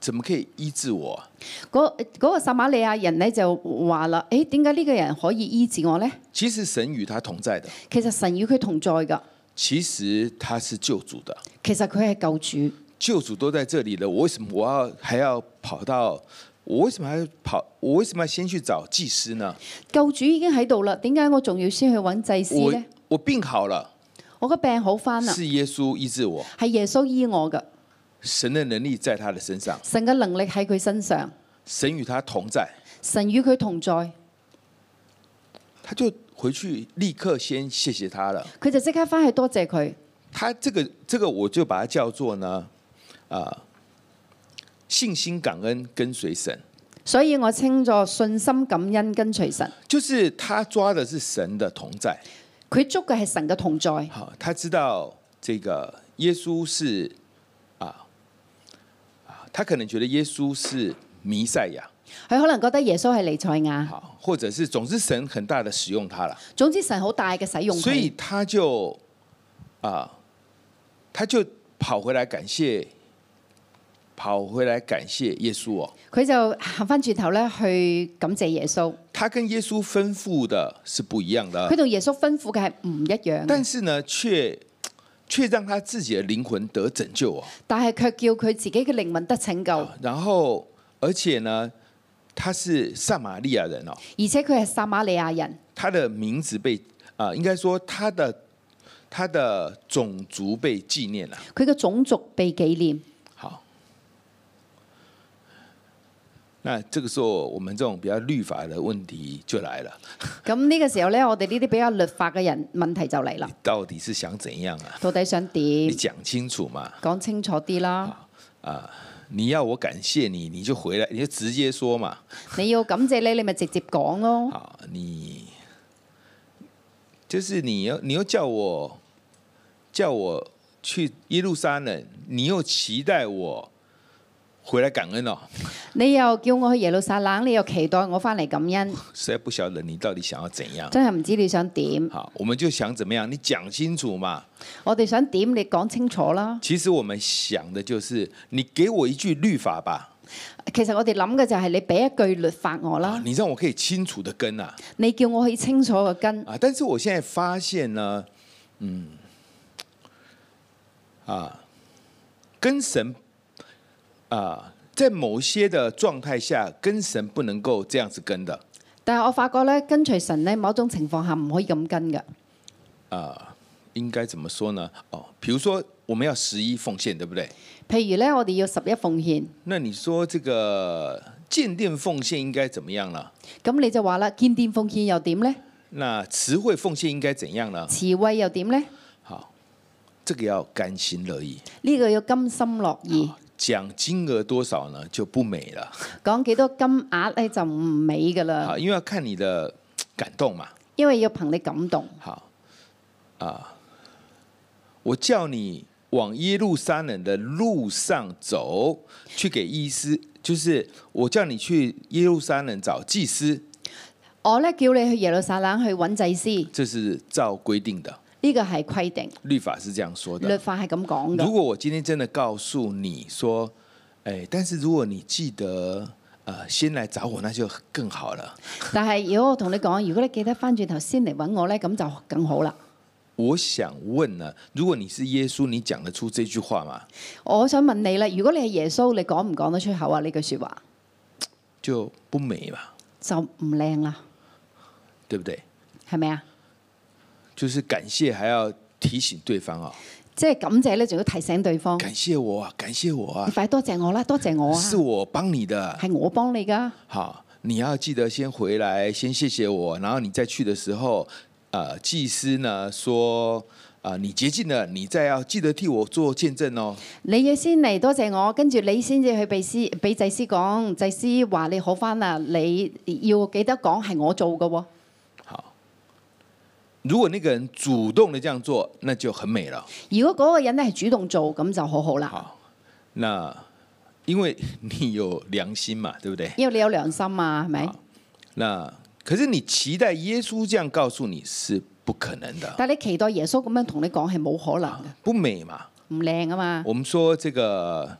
Speaker 2: 怎么可以医治我啊？
Speaker 3: 嗰嗰、個撒瑪利亞人咧就話啦：，誒點解呢個人可以醫治我呢？
Speaker 2: 其實神与他同在的，
Speaker 3: 其實神與佢同在㗎，
Speaker 2: 其實他是救主的，
Speaker 3: 其實佢係救主。
Speaker 2: 救主都在这里了，我为什么我要还要跑到？我为什么还要跑？我为什么要先去找祭司呢？
Speaker 3: 救主已經喺度啦，點解我仲要先去揾祭司
Speaker 2: 我
Speaker 3: 呢？
Speaker 2: 我病好了，
Speaker 3: 我個病好翻啦，
Speaker 2: 是耶穌医治我，
Speaker 3: 係耶穌醫我㗎。
Speaker 2: 神的能力在他的身上，
Speaker 3: 神嘅能力喺佢身上，
Speaker 2: 神与他同在，
Speaker 3: 神與佢同在，
Speaker 2: 他就回去立刻先谢谢他了。
Speaker 3: 佢就即刻翻去多謝佢。
Speaker 2: 他这个这个，我就把它叫做呢，啊、信心、感恩跟随神，
Speaker 3: 所以我稱作信心感恩跟隨神。
Speaker 2: 就是他抓的是神的同在。
Speaker 3: 佢捉嘅係神嘅同在，
Speaker 2: 好，他知道这个耶稣是啊啊，他可能觉得耶稣是弥赛亚，
Speaker 3: 佢可能覺得耶穌係尼賽亞。
Speaker 2: 好，或者是总之神很大的使用他了，
Speaker 3: 總之神好大嘅使用
Speaker 2: 所以
Speaker 3: 佢，
Speaker 2: 他就啊，他就跑回来感谢，跑回来感谢耶稣哦。
Speaker 3: 佢就行翻轉頭咧去感謝耶穌。
Speaker 2: 他跟耶稣吩咐的是不一样
Speaker 3: 佢
Speaker 2: 的，啊
Speaker 3: 同耶穌吩咐嘅係唔一樣嘅，
Speaker 2: 但是呢，却却让他自己的灵魂得拯救哦。
Speaker 3: 但係卻叫佢自己嘅靈魂得拯救，而
Speaker 2: 然后，而且呢，他是撒玛利亚人哦，
Speaker 3: 且佢係撒瑪利亞人，
Speaker 2: 他的名字被啊、应该说他的他的种族被纪念了。
Speaker 3: 佢嘅種族被紀念。
Speaker 2: 好，那这个时候我们这种比较律法的问题就来了，
Speaker 3: 咁呢個時候咧，我哋呢啲比較律法嘅人問題就嚟啦，
Speaker 2: 到底是想怎样啊？
Speaker 3: 到底想
Speaker 2: 你
Speaker 3: 點？
Speaker 2: 讲清楚嘛！
Speaker 3: 講清楚啲啦！
Speaker 2: 你要我感谢你，你就回来，你就直接说嘛。
Speaker 3: 你要感謝你，你咪直接講咯。
Speaker 2: 好，你就是你要你又叫我叫我去耶路撒冷，你又期待我回来感恩哦，
Speaker 3: 你又叫我去耶路撒冷，你又期待我翻嚟感恩，
Speaker 2: 实在不晓得你到底想要怎样。
Speaker 3: 真係唔知你想點。
Speaker 2: 好，我们就想怎么样，你讲清楚嘛。
Speaker 3: 我哋想點，你講清楚啦。
Speaker 2: 其实我们想的就是，你给我一句律法吧，
Speaker 3: 其實我哋諗嘅就係你俾一句律法我
Speaker 2: 啊
Speaker 3: 啦，
Speaker 2: 你让我可以清楚的跟啊
Speaker 3: 你叫我去清楚個根。
Speaker 2: 啊！但是我现在发现呢，嗯，啊，跟神啊，在某些的状态下，跟神不能够这样子跟的。
Speaker 3: 但係我發覺咧，跟隨神咧，某種情況下唔可以咁跟嘅。
Speaker 2: 应该怎么说呢？哦，比如说我们要十一奉献，对不对？
Speaker 3: 譬如咧，我哋要十一奉獻，
Speaker 2: 那你说这个建殿奉献应该怎么样呢？
Speaker 3: 咁你就話啦，見殿奉獻又點呢？
Speaker 2: 那慈惠奉献应该怎样呢？
Speaker 3: 慈惠又點呢？
Speaker 2: 好，这个要甘心乐意。
Speaker 3: 呢、個要甘心樂意。
Speaker 2: 啊讲金额多少呢就不美了，
Speaker 3: 講幾多金額咧就唔美噶啦
Speaker 2: 好，，啊因为要看你的感动嘛。
Speaker 3: 因為要憑你感動。
Speaker 2: 好，啊，我叫你往耶路撒冷的路上走，去给医师，就是我叫你去耶路撒冷找祭司，
Speaker 3: 我咧叫你去耶路撒冷去揾祭司，
Speaker 2: 这是照规定的，
Speaker 3: 呢個係規定，
Speaker 2: 律法是这样说
Speaker 3: 律
Speaker 2: 的。
Speaker 3: 法係咁講
Speaker 2: 如
Speaker 3: 嘅。
Speaker 2: 果我今天真的告诉你说，哎，但是如果你记得，呃，先来找我，那就更好了。
Speaker 3: 但係如果我同你講，如果你記得翻轉頭先嚟揾我咧，咁就更好啦。
Speaker 2: 我想问呢，如果你是耶稣，你讲得出这句话吗？
Speaker 3: 我想問你啦，如果你係耶穌，你講唔講得出口啊？呢句説話
Speaker 2: 就不美嘛，
Speaker 3: 就唔靚啦，
Speaker 2: 对不对？
Speaker 3: 係咪啊？
Speaker 2: 就是感谢还要提醒对方啊、
Speaker 3: 即係感謝咧，仲要提醒對方，
Speaker 2: 感谢我啊，感谢我
Speaker 3: 你
Speaker 2: 啊，
Speaker 3: 快多謝我啦，多謝我
Speaker 2: 是
Speaker 3: 啊，
Speaker 2: 我帮你的。
Speaker 3: 係我幫你㗎。
Speaker 2: 好，你要记得先回来，先谢谢我，然后你再去的时候，呃，祭司呢说，啊、你洁净了，你再要记得替我做见证哦。
Speaker 3: 你要先嚟多謝我，跟住你先至去俾師俾祭司講，祭司話你好翻啦，你要記得講係我做嘅喎。
Speaker 2: 好，如果那个人主动的这样做，那就很美了。
Speaker 3: 如果嗰個人咧係主動做，咁就好好啦，
Speaker 2: 好，那因为你有良心嘛，对不对？
Speaker 3: 因為你有良心啊，係咪？
Speaker 2: 那可是你期待耶稣这样告诉你是不可能的，
Speaker 3: 但係你期待耶穌咁樣同你講係冇可能嘅，
Speaker 2: 不美嘛。
Speaker 3: 唔靚啊嘛。
Speaker 2: 我们说这个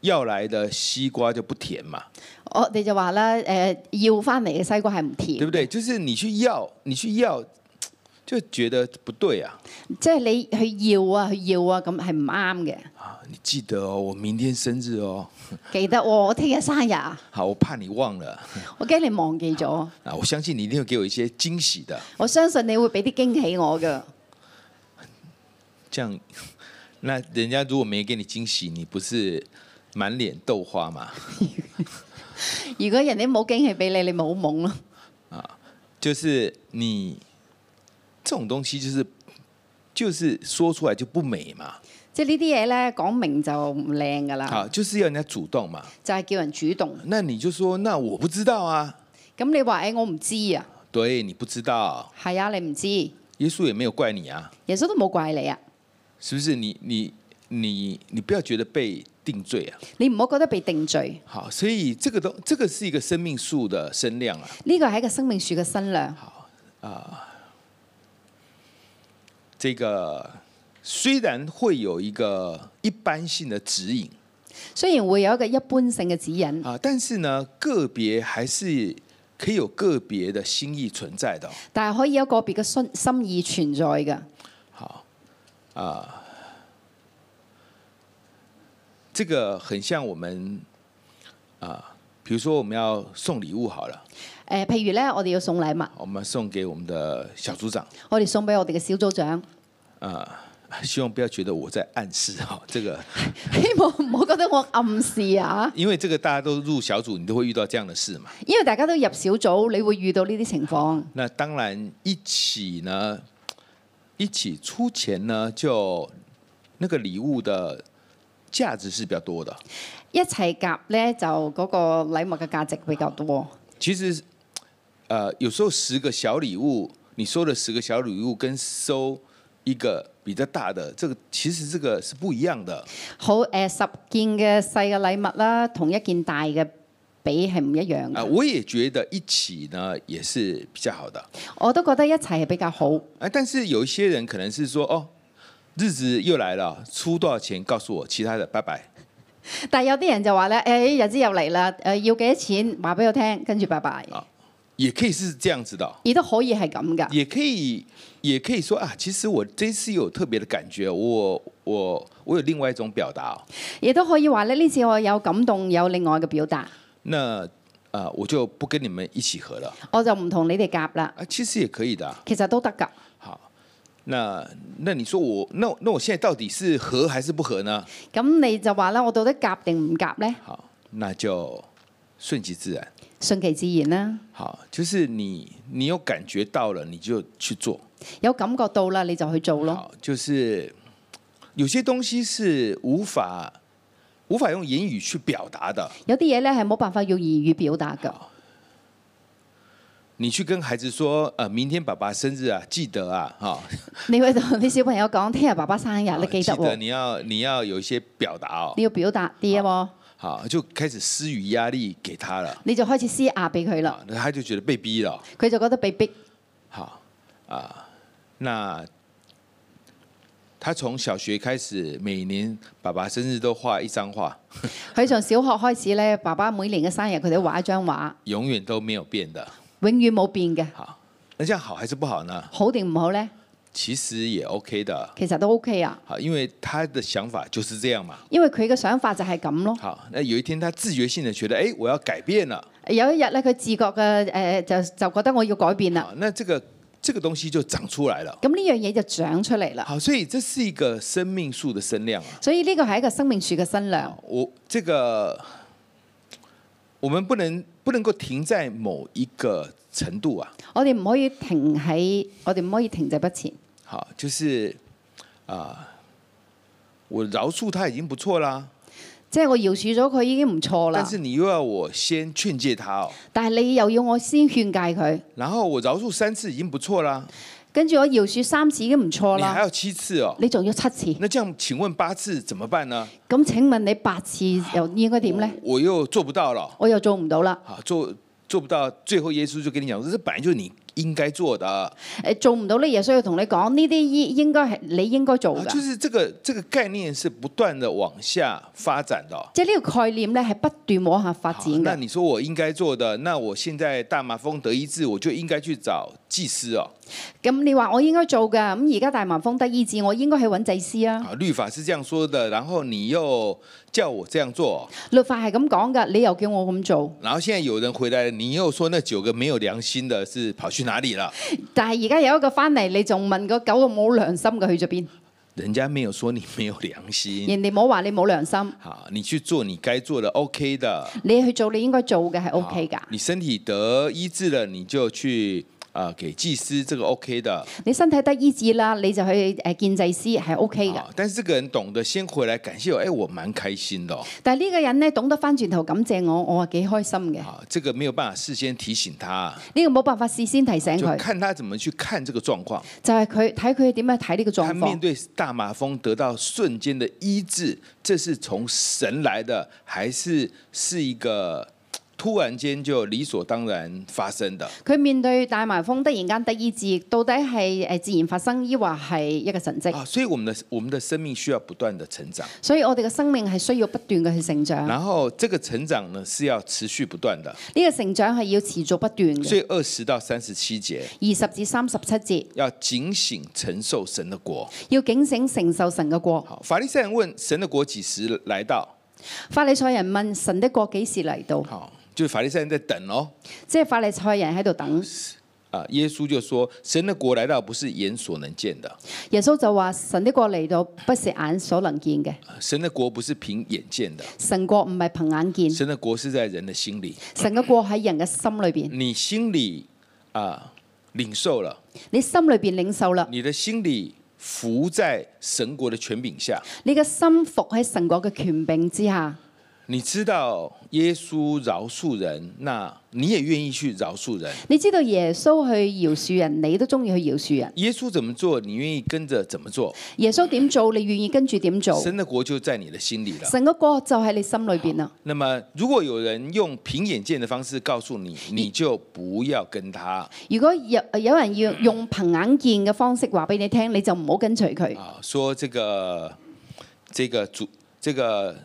Speaker 2: 要来的西瓜就不甜嘛，
Speaker 3: 我哋就話啦，誒、要翻嚟嘅西瓜係唔
Speaker 2: 对
Speaker 3: 甜，
Speaker 2: 不对？就是你去要，你去要，就觉得不对啊
Speaker 3: 即係你去要啊，去要啊，咁係唔啱嘅。
Speaker 2: 啊！你记得哦，我明天生日哦，
Speaker 3: 記得喎、我聽日生日啊，
Speaker 2: 好，我怕你忘了
Speaker 3: 我驚你忘記咗，
Speaker 2: 啊！我相信你一定会给我一些惊喜的，
Speaker 3: 我相信你會俾啲驚喜我嘅。
Speaker 2: 这样， [LAUGHS] 那人家如果没给你惊喜，你不是满脸豆花嘛？
Speaker 3: 如果人哋冇驚喜俾你，你咪好懵咯。
Speaker 2: 就是你这种东西就是就是说出来就不美嘛，
Speaker 3: 即係呢啲嘢咧講明就唔靚噶啦，
Speaker 2: 好，就是要人家主动嘛。
Speaker 3: 就係叫人主動。
Speaker 2: 那你就说，那我不知道啊，
Speaker 3: 咁你話誒、我唔知啊，
Speaker 2: 对你不知道，
Speaker 3: 係啊，你唔知，耶
Speaker 2: 耶稣也没有怪你啊，
Speaker 3: 穌都冇怪你啊，
Speaker 2: 是不是？你你你你不要觉得被定罪啊。
Speaker 3: 你唔好覺得被定罪。
Speaker 2: 好，所以这个东这个是一个生命树的身量啊。
Speaker 3: 呢個係一個生命樹嘅新娘。
Speaker 2: 这个虽然会有一个一般性的指引
Speaker 3: 雖然會有一個一般性嘅指引，
Speaker 2: 啊，但是呢，个别还是可以有个别的心意存在的哦、
Speaker 3: 但係可以有個別嘅心心意存在嘅。
Speaker 2: 这个很像我们啊，比如说我们要送礼物好了，
Speaker 3: 誒、譬如咧，我哋要送禮物，
Speaker 2: 我们送给我们的小组长 [LAUGHS]
Speaker 3: 我哋送俾我哋嘅小組 [LAUGHS] 長，
Speaker 2: 啊，希望不要觉得我在暗示 [LAUGHS] 哈、这个
Speaker 3: 希望唔好覺得我暗示啊，
Speaker 2: 因为这个大家都入小组，你都会遇到这样的事嘛。
Speaker 3: 因為大家都入小組，你會遇到呢啲情況。
Speaker 2: 那当然一起呢，一起出钱呢，就那个礼物的价值是比较多的。
Speaker 3: 一齊夾咧就嗰個禮物嘅價值比較多。
Speaker 2: 其实，呃，有时候十个小礼物，你收了十个小礼物，跟收一个比较大的，这个其实这个是不一样的。
Speaker 3: 好誒、十件嘅細嘅禮物啦，同一件大嘅比係唔一樣
Speaker 2: 啊、
Speaker 3: 嘅。
Speaker 2: 我也觉得一起呢也是比较好的。
Speaker 3: 我都覺得一齊係比較好。
Speaker 2: 啊，但是有一些人可能是说，哦，日子又来了，出多少钱告诉我，其他的拜拜。
Speaker 3: 但係有啲人就話咧，誒、哎日子又嚟啦，誒、要幾多錢話俾我聽，跟住拜拜。
Speaker 2: 啊也可以是这样子的哦、
Speaker 3: 亦都可以係咁噶，
Speaker 2: 也可以，也可以说啊，其实我这次有特别的感觉，我我我有另外一种表达、哦，
Speaker 3: 亦都可以話咧，呢次我有感動，有另外嘅表達，
Speaker 2: 那啊、呃我就不跟你们一起合了
Speaker 3: 我就唔同你哋夾啦。
Speaker 2: 啊，其实也可以的啊、
Speaker 3: 其實都得㗎。
Speaker 2: 好，那那你说我那那我现在到底是合还是不合呢？
Speaker 3: 咁你就話啦，我到底夾定唔夾呢？
Speaker 2: 好，那就顺其自然。
Speaker 3: 順其自然啦，
Speaker 2: 好，就是你你有感觉到了，你就去做。
Speaker 3: 有感覺到啦，你就去做咯。
Speaker 2: 好，就是有些东西是无法无法用言语去表达的。
Speaker 3: 有啲嘢咧係冇辦法用言語表達㗎。
Speaker 2: 啊你去跟孩子说，呃，明天爸爸生日啊，記得啊，哈、
Speaker 3: 你會同 [LAUGHS] 啲小朋友講，聽日爸爸生日，你記
Speaker 2: 記
Speaker 3: 得喎，
Speaker 2: 啊你要你要有一些表達哦
Speaker 3: 你，要表達啲喎，
Speaker 2: 啊好，就開始施予壓力給他了，
Speaker 3: 你就開始施壓俾佢啦，
Speaker 2: 啊，那他就覺得被逼了，
Speaker 3: 佢就覺得被逼。
Speaker 2: 好啊，那他從小學開始，每年爸爸生日都畫一張畫，
Speaker 3: 佢從小學開始咧，爸爸每年嘅生日佢哋畫一張畫，
Speaker 2: 永遠都沒有變的，
Speaker 3: 永遠冇變嘅，
Speaker 2: 好，那這樣好還是不好呢？
Speaker 3: 好定唔好呢？
Speaker 2: 其實也 OK 的，
Speaker 3: 其實都 OK 啊，
Speaker 2: 好，因為他的想法就是這樣嘛，
Speaker 3: 因為佢嘅想法就係咁咯。
Speaker 2: 好，那有一天他自覺性的覺得，哎、我要改變了。
Speaker 3: 有一日咧，佢自覺嘅誒、呃就就覺得我要改變啦，
Speaker 2: 好，那这个这个东西就长出来了。
Speaker 3: 咁呢樣嘢就長出嚟啦。
Speaker 2: 好，所以这是一个生命树的生量啊。
Speaker 3: 所以呢個係一個生命樹嘅新娘，
Speaker 2: 我这个我们不能不能够停在某一个程度啊。
Speaker 3: 我哋唔可以停喺，我哋唔可以停滯不前。
Speaker 2: 好，就是啊、我饶恕他已经不错啦，
Speaker 3: 即係我饒恕咗佢已經唔錯啦
Speaker 2: 但，是你又要我先劝诫他哦，
Speaker 3: 但係你又要我先勸戒佢，
Speaker 2: 然后我饶恕三次已经不错啦，
Speaker 3: 跟住我饒恕三次已經唔錯
Speaker 2: 你还
Speaker 3: 啦，
Speaker 2: 要七次哦。
Speaker 3: 你仲要七次，
Speaker 2: 那这样，请问八次怎么办呢？
Speaker 3: 咁請問你八次又應該點呢？
Speaker 2: 我又做不到了。
Speaker 3: 我又做唔到啦，
Speaker 2: 好做做不到，最后耶稣就跟你讲，这本来就是你应该做的，啊
Speaker 3: 誒呃做唔到呢，耶穌要同你講呢啲應應該係你應該做
Speaker 2: 啊就
Speaker 3: 㗎，
Speaker 2: 是这个这个概念是不断的往下发展的哦。
Speaker 3: 即係呢個概念呢，係不斷往下發展
Speaker 2: 好那
Speaker 3: 嘅。
Speaker 2: 你说我应该做的，那我现在大麻风得医治，我就应该去找祭司哦。
Speaker 3: 咁你話我應該做㗎，咁而家大麻風得醫治，我應該去揾祭司啊。
Speaker 2: 啊，律法是这样说的，然后你又叫我这样做，
Speaker 3: 律法係咁講㗎，你又叫我咁做，
Speaker 2: 然后现在有人回来了，你又说那九个没有良心的是跑去哪里了？
Speaker 3: 但係而家有一個翻嚟，你仲問個九個冇良心嘅去咗邊？
Speaker 2: 人家没有说你没有良心，
Speaker 3: 人哋冇話你冇良心，
Speaker 2: 好，你去做你该做的，OK 的。啊
Speaker 3: 你去做你應該做嘅係 OK 㗎
Speaker 2: 好。你身体得医治了，你就去啊、给祭司，这个 OK 的。
Speaker 3: 你身體得醫治啦，你就去誒見祭司係 O K 嘅。
Speaker 2: 啊，但是这个人懂得先回来感谢我，哎，我蛮开心的、哦。
Speaker 3: 但係呢個人咧懂得翻轉頭感謝我，我係幾開心嘅。
Speaker 2: 啊，这个没有办法事先提醒他，
Speaker 3: 呢個冇辦法事先提醒
Speaker 2: 就
Speaker 3: 佢，
Speaker 2: 看他怎么去看这个状况。
Speaker 3: 就係佢睇佢點樣睇呢個
Speaker 2: 他
Speaker 3: 狀
Speaker 2: 面
Speaker 3: 況。
Speaker 2: 对大麻风得到瞬间的医治，这是从神来的，还是是一个嘖突然间就理所当然发生的？
Speaker 3: 佢面對大麻風突然間得醫治，到底係誒自然發生，抑或係一個神跡？
Speaker 2: 啊，所以我们的我们的生命需要不断的成长，
Speaker 3: 所以我哋嘅生命係需要不斷嘅去成長，呢、
Speaker 2: 然后这个成长呢是要持续不断的。
Speaker 3: 個成長係要持續不斷
Speaker 2: 所
Speaker 3: 嘅。
Speaker 2: 以二十到三十七节
Speaker 3: 二十至三十七節
Speaker 2: 要警醒承受神的国。
Speaker 3: 要警醒承受神嘅國。
Speaker 2: 好，法利赛人问神的国几时来到？
Speaker 3: 法利賽人問神的國幾時嚟到？
Speaker 2: 好，就是法利赛人在等哦。
Speaker 3: 即係法利賽人喺度等。
Speaker 2: 啊，耶稣就说：“神的国来到，不是眼所能见的。
Speaker 3: 耶穌就話：神的國嚟到，不是眼所能見嘅。
Speaker 2: 啊神的國不是憑眼見的，
Speaker 3: 神國唔係憑眼見，
Speaker 2: 神的國是在人的心里。
Speaker 3: 神嘅國喺人嘅心裏邊。
Speaker 2: 你心里啊、领受了，
Speaker 3: 你心裏邊領受啦，
Speaker 2: 你的心里服在神國的權柄下。
Speaker 3: 你嘅心服喺神國嘅權柄之下。
Speaker 2: 你知道耶穌饶恕人，那你也愿意去饶恕人。
Speaker 3: 你知道耶穌去饒恕人，你都中意去饒恕人。
Speaker 2: 耶穌怎么做，你愿意跟着怎么做。
Speaker 3: 耶穌點做，你願意跟住點做。
Speaker 2: 神的國就在你的心里了。
Speaker 3: 神嘅國就喺你心裏邊啦。
Speaker 2: 那么，如果有人用憑眼見的方式告訴你，你就不要跟他。
Speaker 3: 如果有有人要用憑眼見嘅方式話俾你聽，你就唔好跟隨佢。
Speaker 2: 啊，说这个这个主这个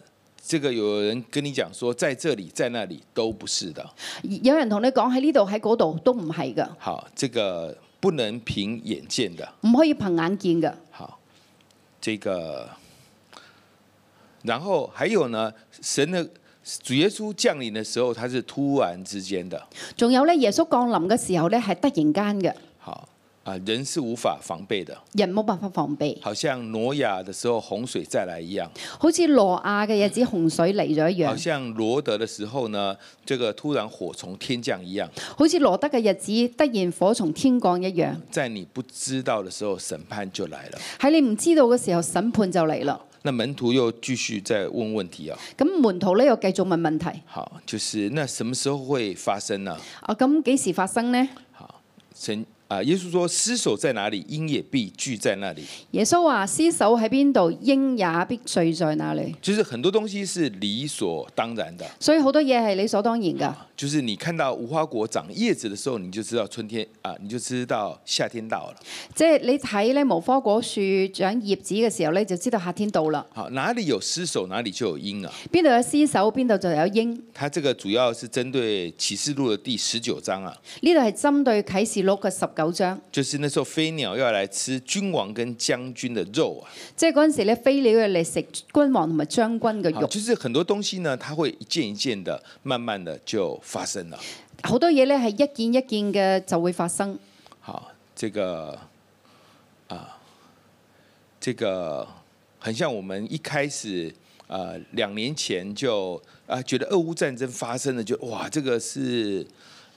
Speaker 2: 这个有人跟你讲说，在这里在那里都不是的。
Speaker 3: 有人同你講喺呢度喺嗰度都唔係噶，
Speaker 2: 好，这个不能凭眼见的。
Speaker 3: 唔可以憑眼見噶。
Speaker 2: 好，这个，然后还有呢，神的主耶稣降临的时候，他是突然之间的。
Speaker 3: 仲有咧，耶穌降臨嘅時候咧係突然間嘅，
Speaker 2: 好啊，人是无法防备的，
Speaker 3: 人冇辦法防備。
Speaker 2: 好像挪亚的时候洪水再来一样，
Speaker 3: 好似羅亞嘅日子洪水嚟咗一
Speaker 2: 好
Speaker 3: 樣，
Speaker 2: 像罗德的时候呢，这个突然火从天降一样。
Speaker 3: 好似羅德嘅日子突然火從天降一樣，
Speaker 2: 在你不知道的时候，审判就来了。
Speaker 3: 喺你唔知道嘅時候審判就嚟啦。
Speaker 2: 那门徒又继续在问问题啊、
Speaker 3: 咁門徒呢又繼續問問題：
Speaker 2: 好，就是那什么时候會發生呢？
Speaker 3: 啊，咁幾時發生呢？
Speaker 2: 神啊，耶穌說：尸首在哪裡，鹰也必聚在那裡。
Speaker 3: 耶穌話：屍首喺邊度，鷹也必睡在那裡。
Speaker 2: 就是很多東西是理所當然的，
Speaker 3: 所以好多嘢係理所當然㗎。
Speaker 2: 就是你看到無花果長葉子的時候，你就知道春天啊，你就知道夏天到了。
Speaker 3: 即係你睇呢無花果樹長葉子嘅時候呢，就知道夏天到啦。
Speaker 2: 好，哪裡有尸首，哪裡就有鹰啊。
Speaker 3: 邊度有屍首，邊度就有鷹。
Speaker 2: 它這個主要是針對啟示錄的第十九章啊，
Speaker 3: 呢度係針對啟示錄嘅十九章，
Speaker 2: 就是那時候飛鳥要來吃君王跟將軍的肉啊。
Speaker 3: 即係嗰陣時咧飛鳥要嚟食君王同埋將軍嘅
Speaker 2: 好
Speaker 3: 肉。
Speaker 2: 就是很多东西呢，它会一件一件的，慢慢的就发生了。
Speaker 3: 好多嘢咧係一件一件嘅就會發生。
Speaker 2: 好，这个啊，这个很像我们一开始呃两年前就啊、觉得俄乌战争发生了，就哇这个是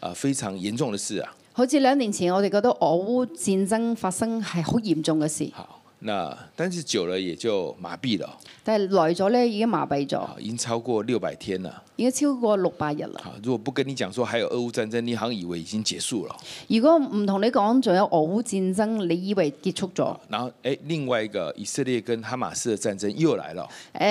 Speaker 2: 啊、非常严重的事啊。
Speaker 3: 好似兩年前我哋覺得俄烏戰爭發生係好嚴重嘅事，
Speaker 2: 好，那但是久了也就麻痹了，
Speaker 3: 但係來咗咧已經麻痹咗，
Speaker 2: 好，已经超过六百天了。
Speaker 3: 已經超過六百日啦。
Speaker 2: 好，如果不跟你讲说还有俄乌战争，你好像以为已经结束了。
Speaker 3: 如果唔同你講仲有俄烏戰爭，你以為結束咗？誒、
Speaker 2: 然后，哎，另外一个以色列跟哈马斯的战争又来了，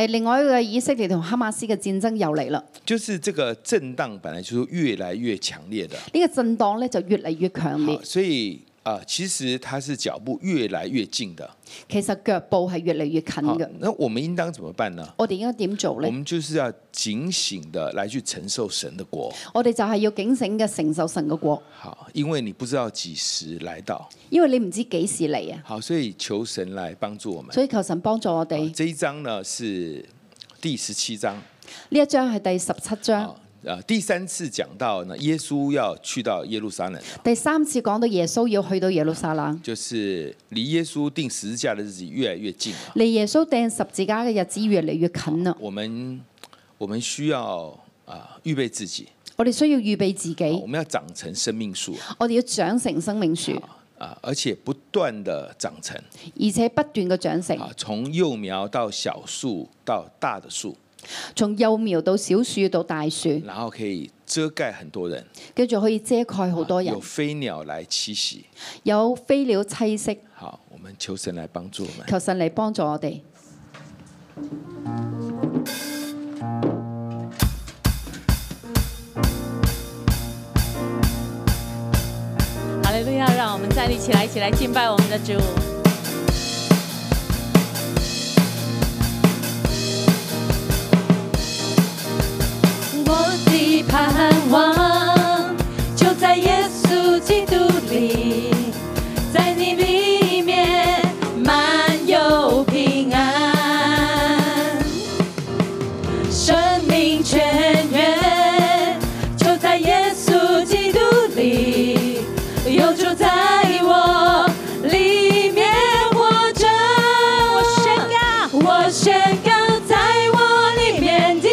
Speaker 3: 另外一個以色列同哈馬斯嘅戰爭又嚟啦，
Speaker 2: 就是这个震荡本来就是越来越强烈的，
Speaker 3: 呢、個震盪咧就越嚟越強烈
Speaker 2: 好，，所以啊、呃其实它是脚步越来越近的。
Speaker 3: 其實腳步係越嚟越近
Speaker 2: 好
Speaker 3: 嘅。，
Speaker 2: 那我们应当怎么办呢？
Speaker 3: 我哋應該點做
Speaker 2: 我
Speaker 3: 咧？
Speaker 2: 们就是要警醒的来去承受神的国，
Speaker 3: 我哋就係要警醒嘅承受神嘅國，
Speaker 2: 好，因為你不知道几时来到，
Speaker 3: 因為你唔知幾時嚟啊，
Speaker 2: 好，所以求神来帮助我们。
Speaker 3: 所以求神幫助我哋。
Speaker 2: 这一章呢是第十七章
Speaker 3: 呢一章係第十七章。
Speaker 2: 啊，呃，第三次讲到呢，耶稣要去到耶路撒冷了。
Speaker 3: 第三次講到耶穌要去到耶路撒冷，
Speaker 2: 就是离耶稣定十字架的日子越来越近了。
Speaker 3: 離耶穌掟十字架嘅日子越嚟越近啦。
Speaker 2: 我们我们需要啊、预备自己，
Speaker 3: 我我哋需要預備自
Speaker 2: 啊
Speaker 3: 己
Speaker 2: 我，们要长成生命树
Speaker 3: 我哋要長成生命樹，
Speaker 2: 啊，而且不断的长成
Speaker 3: 而且不斷嘅長成，
Speaker 2: 啊，从幼苗到小树到大的树，
Speaker 3: 從幼苗到小樹到大樹，
Speaker 2: 然后可以遮盖很多人，啊
Speaker 3: 跟住可以遮蓋好多人
Speaker 2: 有，飞鳥来栖息。
Speaker 3: 有飛鳥棲息，
Speaker 2: 好，我们求神来帮助我们。
Speaker 3: 求神嚟幫助我哋。
Speaker 4: 哈利路亚！让我们站立起来，一起来敬拜我们的主。我的盼望就在耶稣基督里，在你里面满有平安。生命泉源就在耶稣基督里，有主在我里面活着。我宣告，我宣告，在我里面的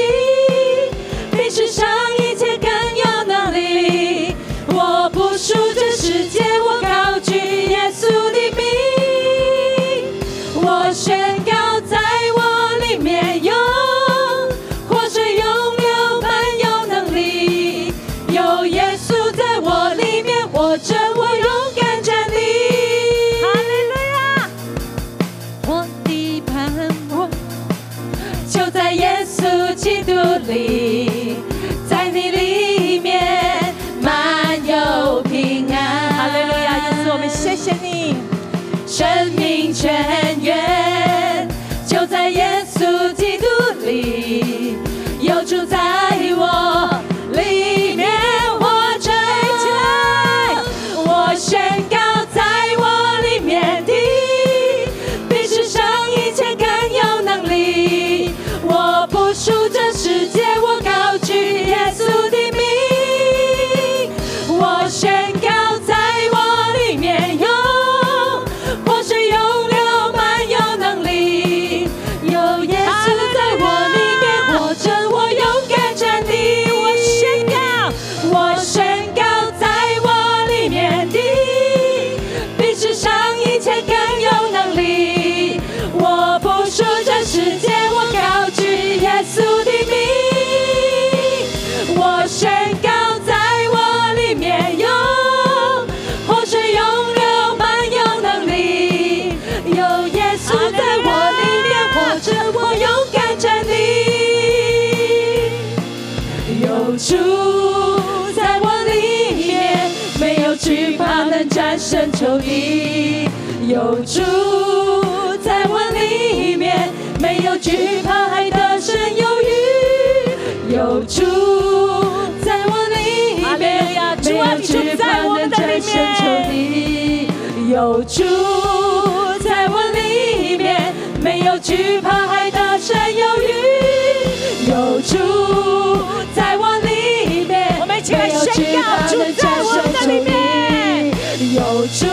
Speaker 4: 比世上一切更有能力。我不输这世界，我高举耶稣的名。我宣告，在我里面有活水永流，满有能力。有耶稣在我里面活着，我勇敢站立。哈利路亚！我的盼望就在耶稣基督里，在你里面满有平安。哈利路亚！耶稣，我们谢谢你。生命泉源就在耶稣基督里，有住在我里面活着。我宣告，在我里面的比世上一切更有能力。我不输这世界，我高举耶稣的名。我宣告，在我里面有活水永流，满有能力。有耶稣在我里面活着，我勇敢站立。我宣告，我宣告，在我里面的比世上一切更有能力。我不输这世界，我高举耶稣的名。我宣告，在我里面有活水永流，满有能力。有耶稣在我里面活着，我勇敢站立。有主在我里面，没有惧怕能战胜仇敌。有主在我里面，没有惧怕海的深忧郁。有主在我里面，啊没有惧怕能战胜仇敌。有主在我里面，没有惧怕海的深忧郁。有主在我里面，我们一起来宣告，主在我们的里面。有主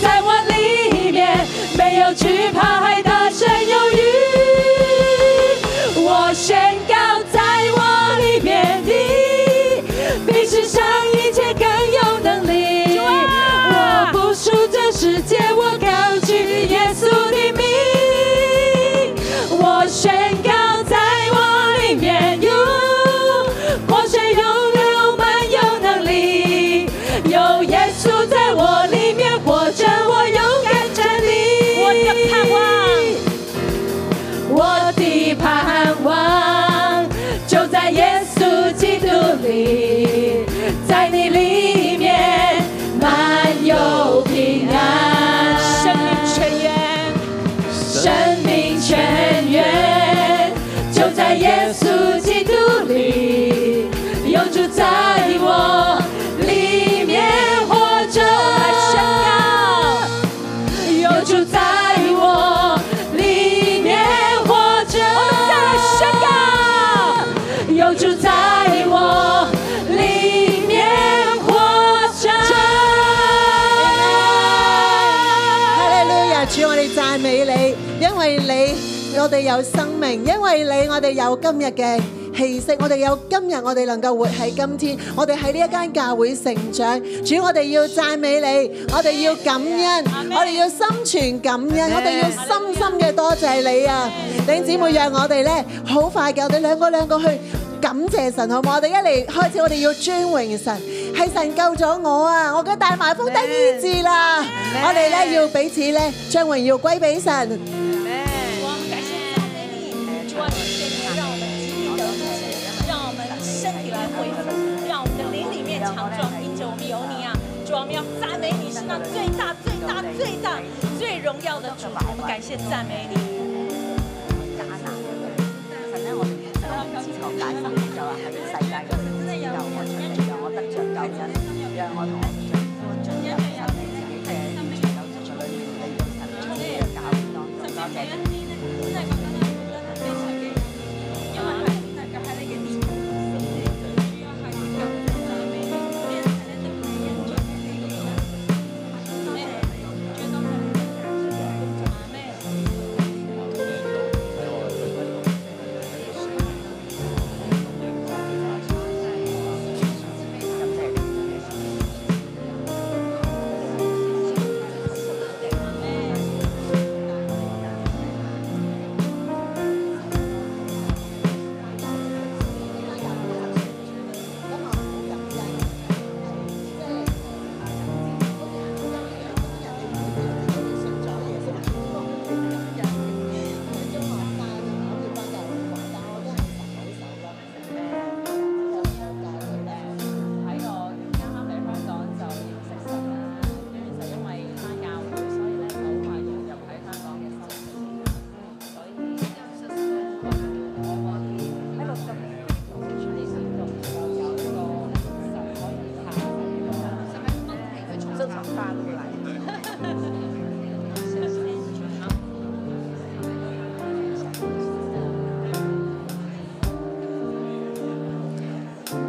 Speaker 4: 在我里面，没有惧怕海的深忧郁。我宣告，在我里面的比世上一切更有能力。我不输这世界，我高举耶稣的名。我宣告，在我里面有活水永流，满有能力。有耶稣在我里面活着，我勇敢站立。我的盼望。我的盼望就在耶稣基督里，在你里面满有平安。生命泉源，生命泉源就在耶稣基督里，有住在我里面活着。有主在我里面活着。我们再来宣告，有主在我里面活着。
Speaker 5: 哈利路亞！主，我哋讚美你，因為你我哋有生命，因為你我哋有今日嘅氣息。我哋有今日，我哋能夠活喺今天，我哋喺呢一間教會成長。主，我哋要讚美你，我哋要感恩，我哋要心存感恩，我哋要深深嘅多謝你啊！弟兄姊妹，讓我哋咧好快嘅，我哋兩個兩個去。感謝神好唔好？我哋一嚟開始，我哋要尊榮神，係神救咗我啊！我嘅大麻風得醫治啦！我哋咧要彼此咧將榮耀歸俾
Speaker 6: 主
Speaker 5: 神。
Speaker 6: 啊我们感谢赞美你，主啊，谢谢你让我们经历得医治，让我们身体来恢复，让我们的灵里面强壮，因着我们有你啊，主啊，我们要赞美你是那最大、最大、最大、最荣耀的主，我们感谢赞美你。
Speaker 7: 嗯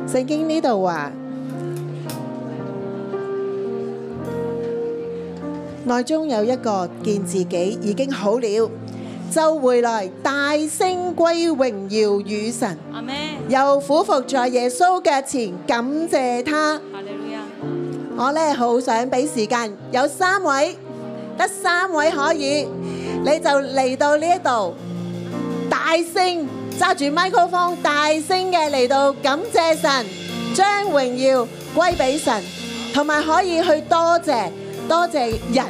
Speaker 5: 聖經呢度話：內中有一個見自己已經好了，就回來大聲歸榮耀與神，
Speaker 6: 阿妹，
Speaker 5: 又俯伏在耶穌腳前感謝他。
Speaker 6: 哈利路亚。
Speaker 5: 我咧好想俾時間，有三位，得三位可以，你就嚟到呢一度，大聲揸住麥克風，大聲嘅嚟到感謝神，將榮耀歸俾神，同埋可以去多謝多謝人，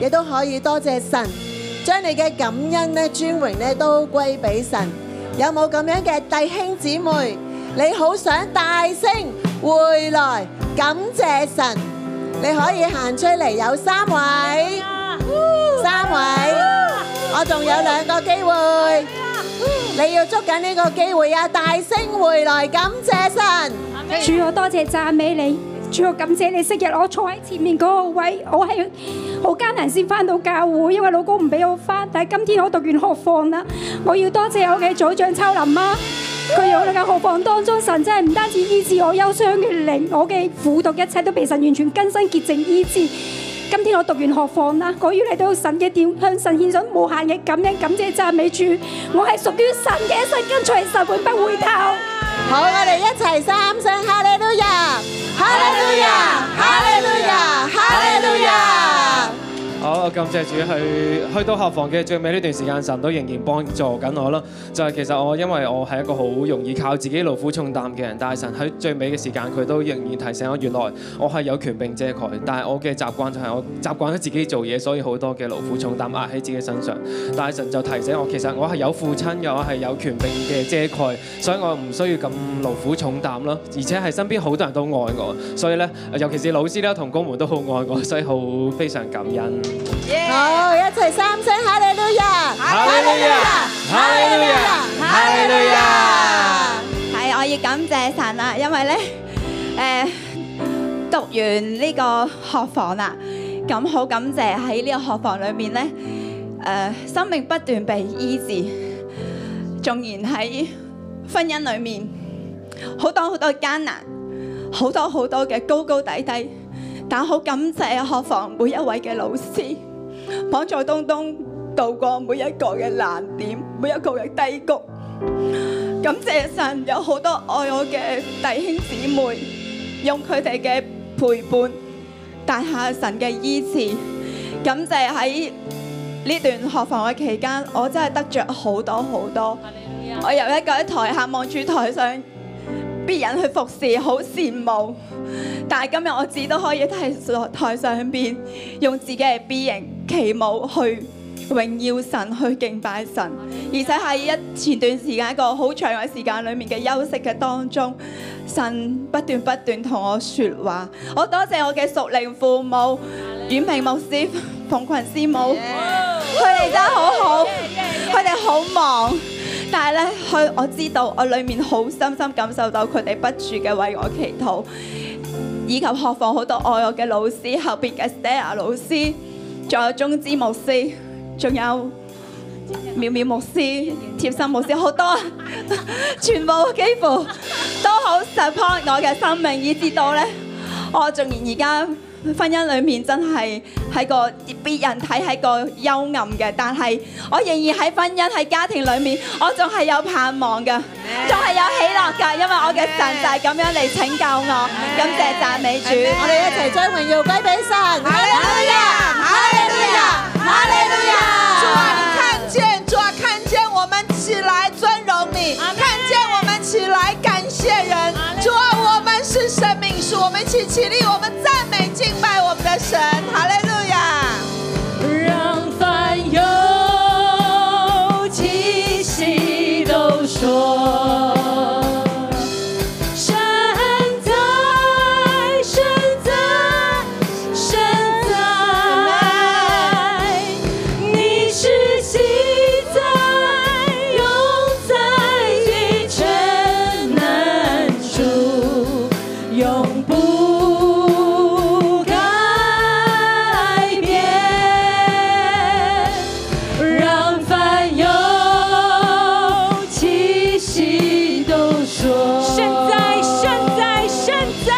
Speaker 5: 亦都可以多謝神，將你嘅感恩咧、尊榮咧都歸俾神。有冇咁樣嘅弟兄姊妹？你好想大聲回來感謝神，你可以行出嚟，有三位，三位，我仲有兩個機會，你要捉緊呢個機會啊！大聲回來感謝神，
Speaker 8: 主我多謝讚美你，主我感謝你昔日我坐喺前面嗰個位，我係好艱難先翻到教會，因為老公唔俾我翻。但係今天我讀完學課啦，我要多謝我嘅組長秋林媽，佢喺我哋嘅學房當中，神真係唔單止醫治我憂傷嘅靈，我嘅苦毒一切都被神完全更新潔淨醫治。今天我讀完學課啦，我要嚟到神嘅殿，向神獻上無限嘅感恩、感謝、讚美主。我係屬於神嘅，一生跟隨神，永不回頭。
Speaker 5: 好，我哋一齊三聲哈利路亞，哈利路亞，哈利路亞，哈利路亞。
Speaker 9: 好，我感謝主去去到客房嘅最尾呢段時間，神都仍然幫助緊我啦。就係、其實我因為我係一個好容易靠自己勞苦重擔嘅人，但係神喺最尾嘅時間，佢都仍然提醒我，原來我係有權柄遮蓋，但係我嘅習慣就係我習慣咗自己做嘢，所以好多嘅勞苦重擔壓喺自己身上。但係神就提醒我，其實我係有父親嘅，我係有權柄嘅遮蓋，所以我唔需要咁勞苦重擔啦。而且係身邊好多人都愛我，所以咧，尤其是老師啦、同工們都好愛我，所以好非常感恩。
Speaker 5: 好，一齊三聲哈利路亞，哈利路亞，哈利路亞，哈利路亞。
Speaker 10: 係，我要感謝神啦，因為 [LAUGHS] 咧，誒、讀完呢個學房啦，咁好感謝喺呢個學房裏面咧，誒、生命不斷被醫治，縱然喺婚姻裏面好多好多艱難，好多好多嘅高高低低，但好感謝學房每一位嘅老師，幫助東東度過每一個嘅難點，每一個嘅低谷。感謝神有好多愛我嘅弟兄姊妹，用佢哋嘅陪伴，帶下神嘅醫治。感謝喺呢段學房嘅期間，我真係得着好多好多。我由一個喺台下望住台上別人去服侍，好羨慕。但係今日我自己都可以喺台上邊用自己嘅 B 型旗舞去榮耀神，去敬拜神，而且喺一前段時間一個好長嘅時間裏面嘅休息嘅當中，神不斷不斷同我説話。我多謝我嘅屬靈父母、遠明牧師、馮群師母，佢哋真係好好，佢哋好忙。但係咧，佢我知道我裏面好深深感受到佢哋不住嘅為我祈禱。以及學房好多愛我嘅老師，後邊嘅 Stella 老師，仲有中之牧師，仲有妙妙牧師、貼心牧師，好多， [LAUGHS] 全部幾乎都好 support 我嘅生命，以至到咧，我縱然而家婚姻裏面真係喺個別人睇係個幽暗嘅，但係我仍然喺婚姻喺家庭裏面，我仲係有盼望嘅，仲係有喜樂嘅，因為我嘅神就係咁樣嚟拯救我，感謝讚美主，我哋一齊。
Speaker 11: 主啊，你看见，主啊，看见我们起来尊荣你，看见我们起来感谢人。主啊，我们是生命树，我们一起起立，我们赞美敬拜我们的神。哈利路亚。
Speaker 4: 让凡有气息都说。神在，神在，神在，你是昔在、永在的真难主，永不改变。让凡有气息都说：现在，现在，现在，现在，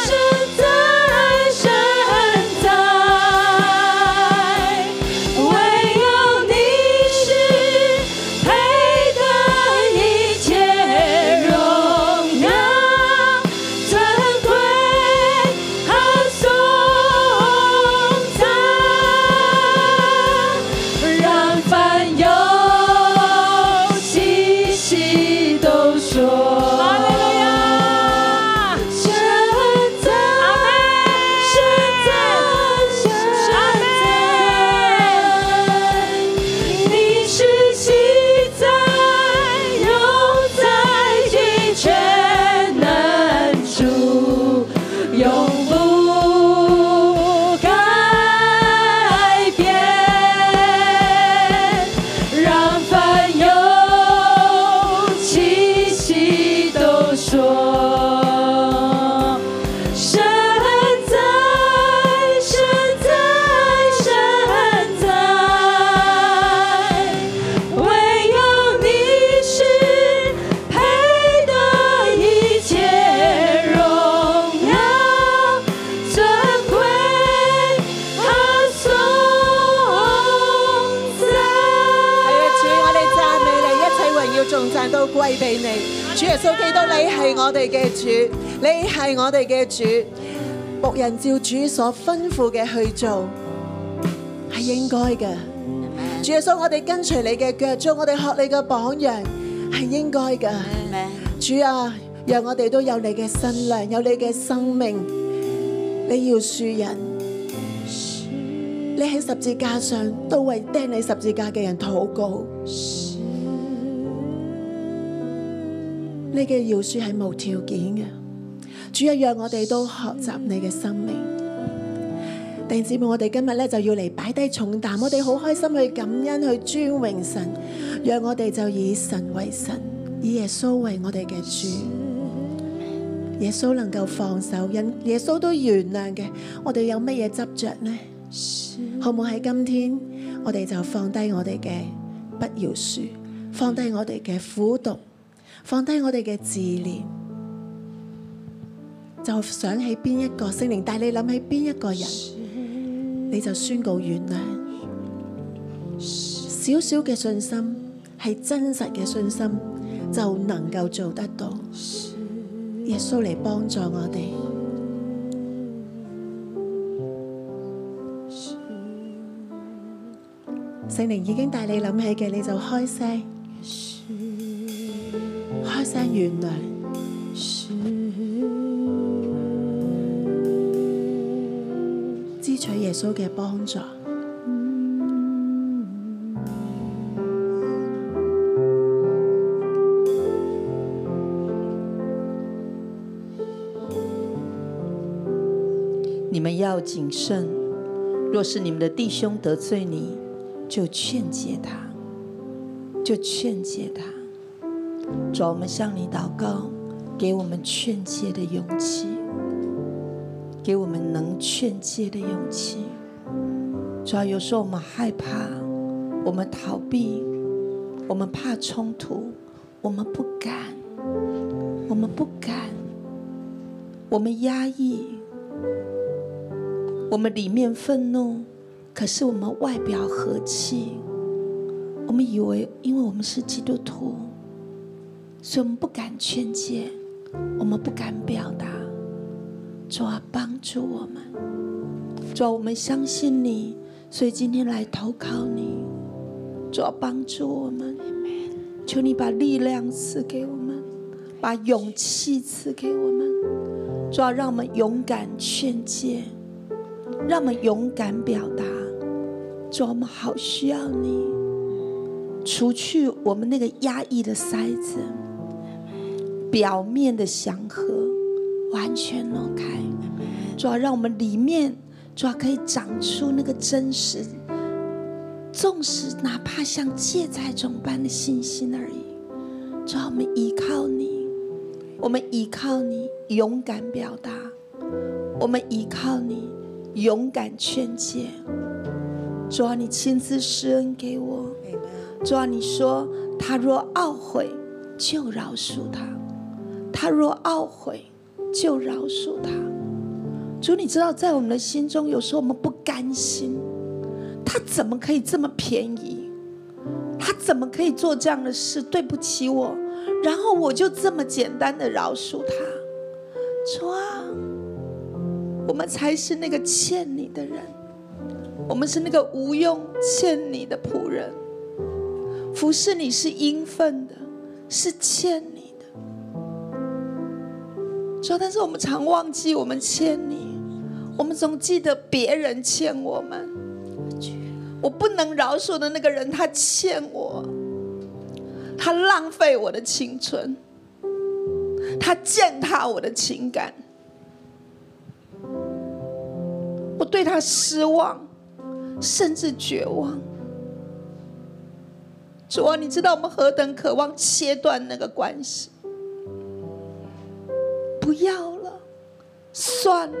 Speaker 4: 现在，现在，唯有你是配得一切荣耀、尊贵和颂赞，让凡有气息都说。现在，现在，现在，你是昔在、永在的全能主，永不改变。让凡有气息都说。神在，神在，神在，唯有你是配得一切荣耀、尊贵和颂赞。
Speaker 12: 系啊，主，我哋赞美你，一切荣耀仲赞都归俾你。主耶稣基督，你系我哋嘅主，你系我哋嘅主。仆人照主所吩咐嘅去做，系应该嘅。主耶稣，我哋跟随你嘅脚蹤，我哋学你嘅榜样，系应该嘅。主啊，让我哋都有你嘅身量，有你嘅生命。你要恕人，你喺十字架上都为钉你十字架嘅人祷告。你嘅饶恕系无条件嘅，主啊，让我哋都学习你嘅生命。弟兄姊妹，我哋今日咧就要嚟摆低重担，我哋好开心去感恩去尊荣神，让我哋就以神为神，以耶稣为我哋嘅主。耶稣能夠放手，人耶穌都原諒嘅。我哋有乜嘢執着呢？好唔好喺今天，我哋就放低我哋嘅不饒恕，放低我哋嘅苦毒，放低我哋嘅自憐，就想起邊一個聖靈帶你諗起邊一個人，你就宣告原諒。少少嘅信心係真實嘅信心，就能夠做得到。耶穌嚟幫助我哋。聖靈已經帶你諗起嘅，你就開聲，開聲原諒。支取耶穌嘅幫助。
Speaker 11: 你们要谨慎，若是你们的弟兄得罪你，就劝解他，就劝解他。主啊，我们向你祷告，给我们劝诫的勇气，给我们能劝诫的勇气。主啊，有时候我们害怕，我们逃避，我们怕冲突，我们不敢，我们不敢，我们压抑。我们里面愤怒，可是我们外表和气。我们以为，因为我们是基督徒，所以我们不敢劝诫，我们不敢表达。主啊，帮助我们！主啊，我们相信你，所以今天来投靠你。主啊，帮助我们！求你把力量赐给我们，把勇气赐给我们。主啊，让我们勇敢劝诫。让我们勇敢表达。主啊，我们好需要你，除去我们那个压抑的塞子，表面的祥和，完全挪开。主啊，让我们里面主啊可以长出那个真实，纵使哪怕像芥菜种般的信心而已。主啊，我们依靠你，我们依靠你，勇敢表达，我们依靠你。勇敢劝诫。主啊，你亲自施恩给我。主啊，你说他若懊悔，就饶恕他；他若懊悔，就饶恕他。主，你知道在我们的心中，有时候我们不甘心，他怎么可以这么便宜？他怎么可以做这样的事？对不起我，然后我就这么简单的饶恕他。主啊，我们才是那个欠你的人，我们是那个无用欠你的仆人。服侍你是应分的，是欠你的。主啊，但是我们常忘记我们欠你，我们总记得别人欠我们。我不能饶恕的那个人，他欠我，他浪费我的青春，他践踏我的情感。我对他失望，甚至绝望。主啊，你知道我们何等渴望切断那个关系，不要了，算了，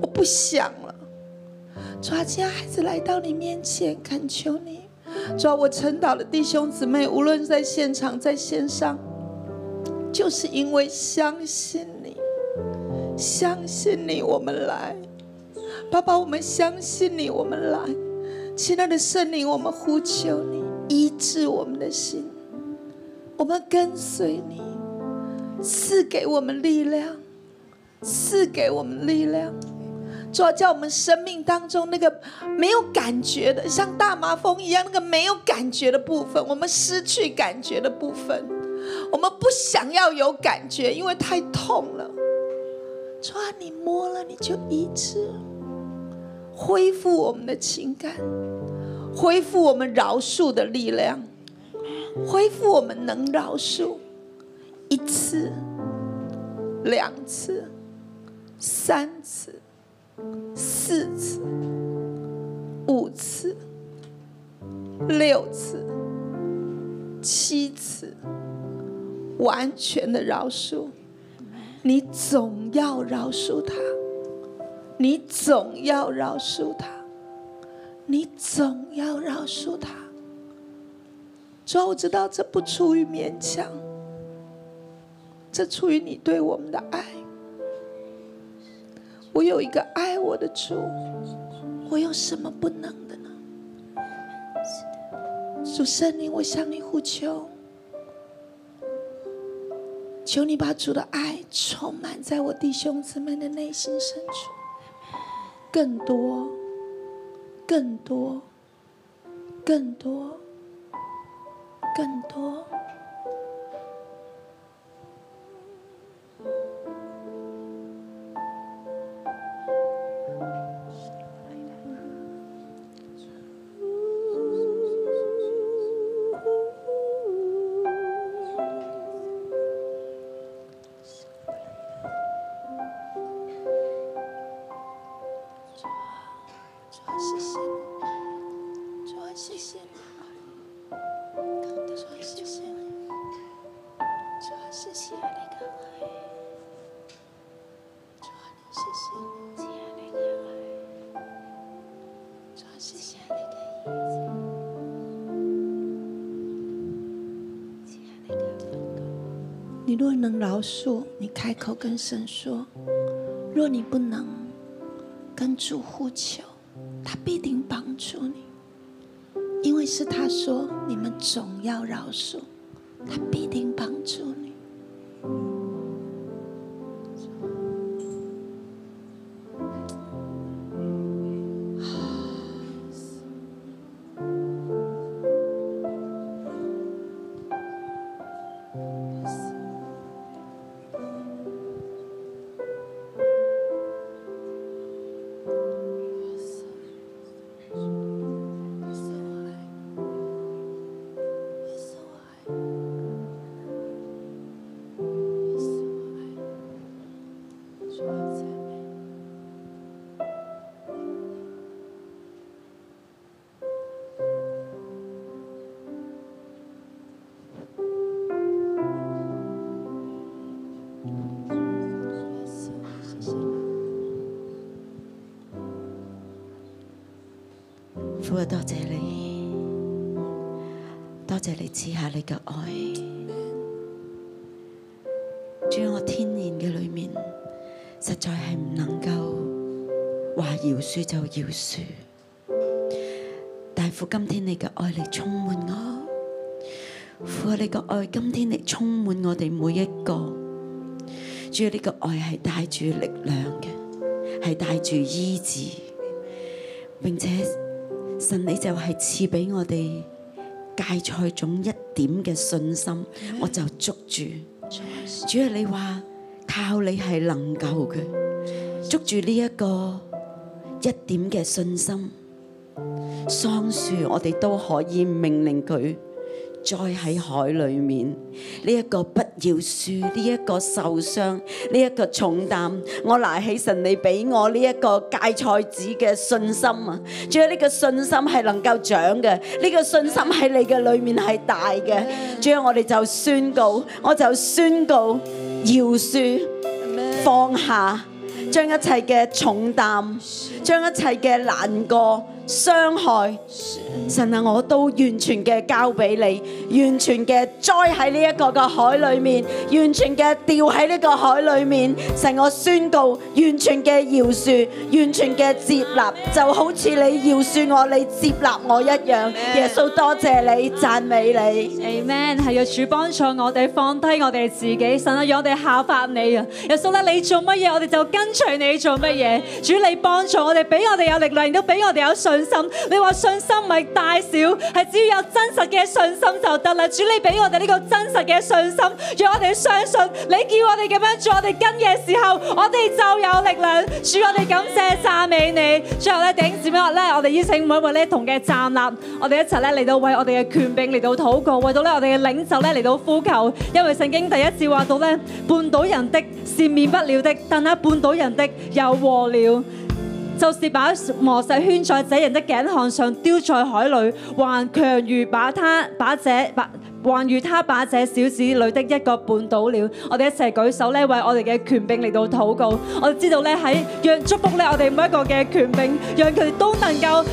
Speaker 11: 我不想了。主啊，今天孩子来到你面前，恳求你，主啊，我晨祷的弟兄姊妹，无论在现场在线上，就是因为相信你，相信你，我们来。爸爸，我们相信你，我们来。亲爱的圣灵，我们呼求你医治我们的心，我们跟随你，赐给我们力量，赐给我们力量。主啊，叫我们生命当中那个没有感觉的，像大麻风一样那个没有感觉的部分，我们失去感觉的部分，我们不想要有感觉，因为太痛了。主啊，你摸了你就医治，恢复我们的情感，恢复我们饶恕的力量，恢复我们能饶恕一次、两次、三次、四次、五次、六次、七次，完全的饶恕。你总要饶恕他，你总要饶恕他，你总要饶恕他。主啊，我知道这不出于勉强，这出于你对我们的爱。我有一个爱我的主，我有什么不能的呢？主圣灵，我向你呼求，求你把主的爱充满在我弟兄姊妹的内心深处，更多，更多，更多，更多。
Speaker 13: 主啊，谢谢你，主啊，谢谢你，主啊，谢谢你，主啊，谢谢你的爱，主啊，你谢谢你亲爱的爱，主啊，谢谢你的意见，亲爱的爱。
Speaker 11: 你若能饶恕，你开口跟神说；若你不能，跟主呼求，他必定帮助你，因为是他说你们总要饶恕，他必定帮助你。
Speaker 14: 父啊，多謝你，多謝你賜下你嘅愛。主啊，我天然嘅裏面，實在係唔能夠話饒恕就饒恕。大父，今天你嘅愛嚟充滿我，父啊，你嘅愛今天嚟充滿我哋每一個。主啊，你嘅愛係帶住力量嘅，係帶住醫治，並且。神你就係賜俾我哋芥菜種一點嘅信心，我就捉住。主啊，你話靠你係能夠嘅，捉住呢一個一點嘅信心，桑樹我哋都可以命令佢。再喺海裏面，呢、一個不要輸，呢、一個受傷，呢、一個重擔，我拿起神你俾我呢一個芥菜子嘅信心啊！仲有呢個信心係能夠長嘅，呢、個信心喺你嘅裏面係大嘅。仲有我哋就宣告，我就宣告饒恕、放下，將一切嘅重擔，將一切嘅難過、傷害。神啊，我都完全嘅交俾你，完全嘅栽喺呢一個嘅海裏面，完全嘅掉喺呢個海裏面。神，啊我宣告完全嘅饒恕，完全嘅接納，就好似你饒恕我，你接納我一樣。耶穌，多謝你，讚美你。
Speaker 15: Amen，係啊，主幫助我哋放低我哋自己，神啊，讓我哋效法你啊！耶穌咧，你做乜嘢，我哋就跟隨你做乜嘢。主，你幫助我哋，俾我哋有力量，亦都俾我哋有信心。你話信心唔係大小，係只要有真實嘅信心就得啦。主，你俾我哋呢個真實嘅信心，讓我哋相信你叫我哋咁樣做，我哋跟嘅時候，我哋就有力量。主，我哋感謝讚美你。最後咧，頂姊妹咧，我哋邀請每一位咧同嘅站立，我哋一齊咧嚟到為我哋嘅權柄嚟到禱告，為到咧我哋嘅領袖咧嚟到呼求。因為聖經第一次話到咧，絆倒人的是免不了的，但那絆倒人的有禍了。就是把磨石圈在這人的頸項上，丟在海裏，還強如把他把這把。還如他把這小子女的一個絆倒了，我哋一齊舉手咧，為我哋嘅權柄嚟到禱告。我哋知道咧喺讓祝福咧，我哋每一個嘅權柄，讓佢哋都能夠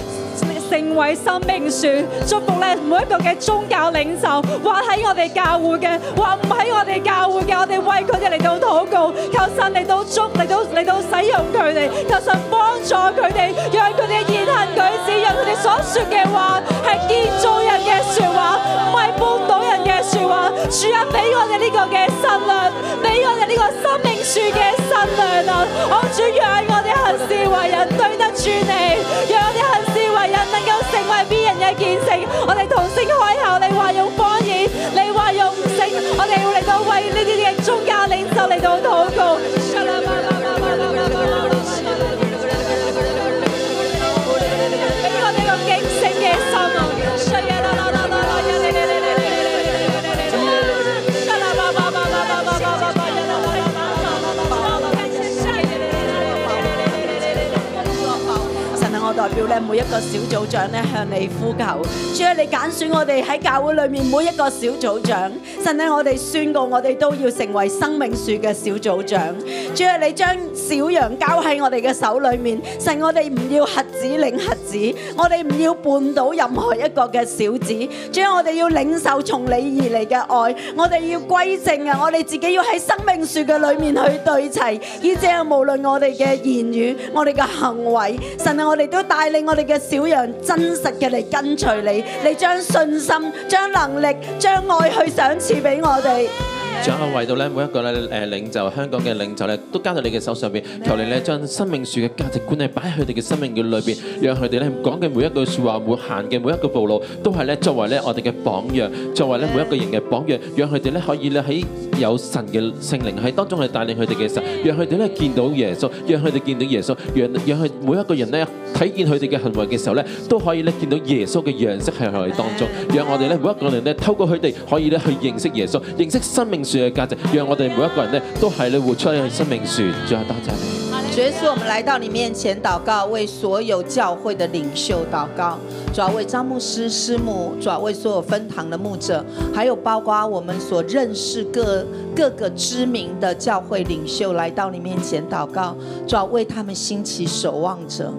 Speaker 15: 成為生命樹。祝福咧每一個嘅宗教領袖，或喺我哋教會嘅，或唔喺我哋教會嘅，我哋為佢哋嚟到禱告，求神嚟到祝，嚟到嚟到使用佢哋，求神幫助佢哋，讓佢哋嘅言行舉止，讓佢哋所說嘅話係建造人嘅說話。主啊，俾我哋呢個嘅神量，俾我哋呢個生命樹嘅神量啊！我主讓我哋行事為人對得住你，讓我哋行事為人能夠成為別人嘅見證。我哋同聲開口，你話用方言，你話用悟性，我哋要嚟到為呢啲嘅宗教領袖嚟到禱告。俾我哋個警醒嘅心啊！
Speaker 16: 神啊，我代表咧每一個小組長咧向你呼求，主啊，你揀選我哋喺教會裏面每一個小組長，神啊，我哋宣告我哋都要成為生命樹嘅小組長，主啊，你將小羊交喺我哋嘅手裏面，神，我哋唔要瞎子領瞎子，我哋唔要絆倒任何一個嘅小子，主啊，我哋要領受從你而嚟嘅愛，我哋要歸正啊，我哋自己要喺生命樹嘅裏面去對齊，以至啊無論我哋嘅言語，我哋嘅行為，神啊，我哋都帶領我哋嘅小羊真實嘅嚟跟隨你，你將信心、將能力、將愛去賞賜俾我哋。
Speaker 7: 掌啊，為到咧每一個咧誒領袖，香港嘅領袖咧，都交到你嘅手上邊。求你咧將生命樹嘅價值觀咧擺喺佢哋嘅生命嘅裏邊，讓佢哋咧講嘅每一句説話，每行嘅每一個步路，都係咧作為咧我哋嘅榜樣，作為咧每一個人嘅榜樣，讓佢哋咧可以咧喺有神嘅聖靈喺當中去帶領佢哋嘅時候，讓佢哋咧見到耶穌，讓佢哋見到耶穌，讓讓佢每一個人咧睇見佢哋嘅行為嘅時候咧，都可以咧見到耶穌嘅樣式喺佢哋當中，讓我哋咧每一個人咧透過佢哋可以咧去認識耶穌，認識生命樹嘅價值，讓我哋每一個人咧都係咧活出去生命樹。最後多謝你。
Speaker 11: 主耶稣，我们来到你面前祷告，为所有教会的领袖祷告，主要为张牧师、师母，主要为所有分堂的牧者，还有包括我们所认识各各个知名的教会领袖来到你面前祷告，主要为他们兴起守望者。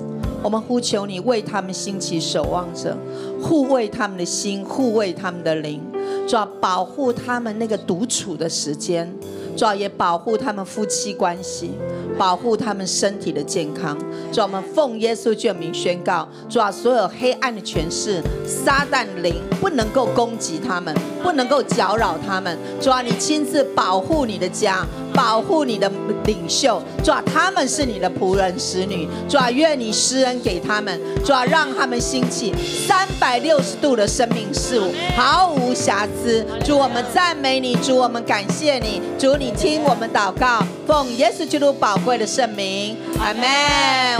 Speaker 11: 我们呼求你为他们兴起守望者，护卫他们的心，护卫他们的灵，主要保护他们那个独处的时间，主要也保护他们夫妻关系，保护他们身体的健康。主啊要我们奉耶稣救名宣告，主要所有黑暗的权势、撒旦灵不能够攻击他们，不能够搅扰他们。主啊要你亲自保护你的家，保护你的领袖，主啊，他们是你的仆人使女，主啊，愿你施恩给他们，主啊，让他们兴起三百六十度的生命事物，毫无瑕疵。主，我们赞美你，主，我们感谢你，主，你听我们祷告，奉耶稣基督宝贵的圣名，阿门。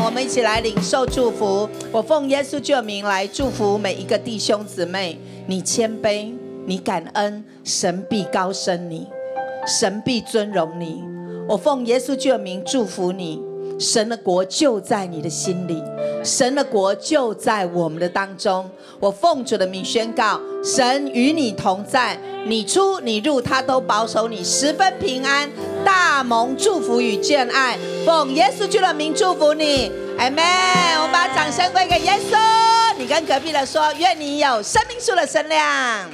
Speaker 11: 我们一起来领受祝福，我奉耶稣救名来祝福每一个弟兄姊妹，你谦卑，你感恩，神必高升你。神必尊荣你。我奉耶稣基督的名祝福你，神的国就在你的心里，神的国就在我们的当中。我奉主的名宣告，神与你同在，你出你入，他都保守你，十分平安。大蒙祝福与眷爱，奉耶稣基督的名祝福你，阿门。我们把掌声归给耶稣。你跟隔壁的说，愿你有生命树的身量。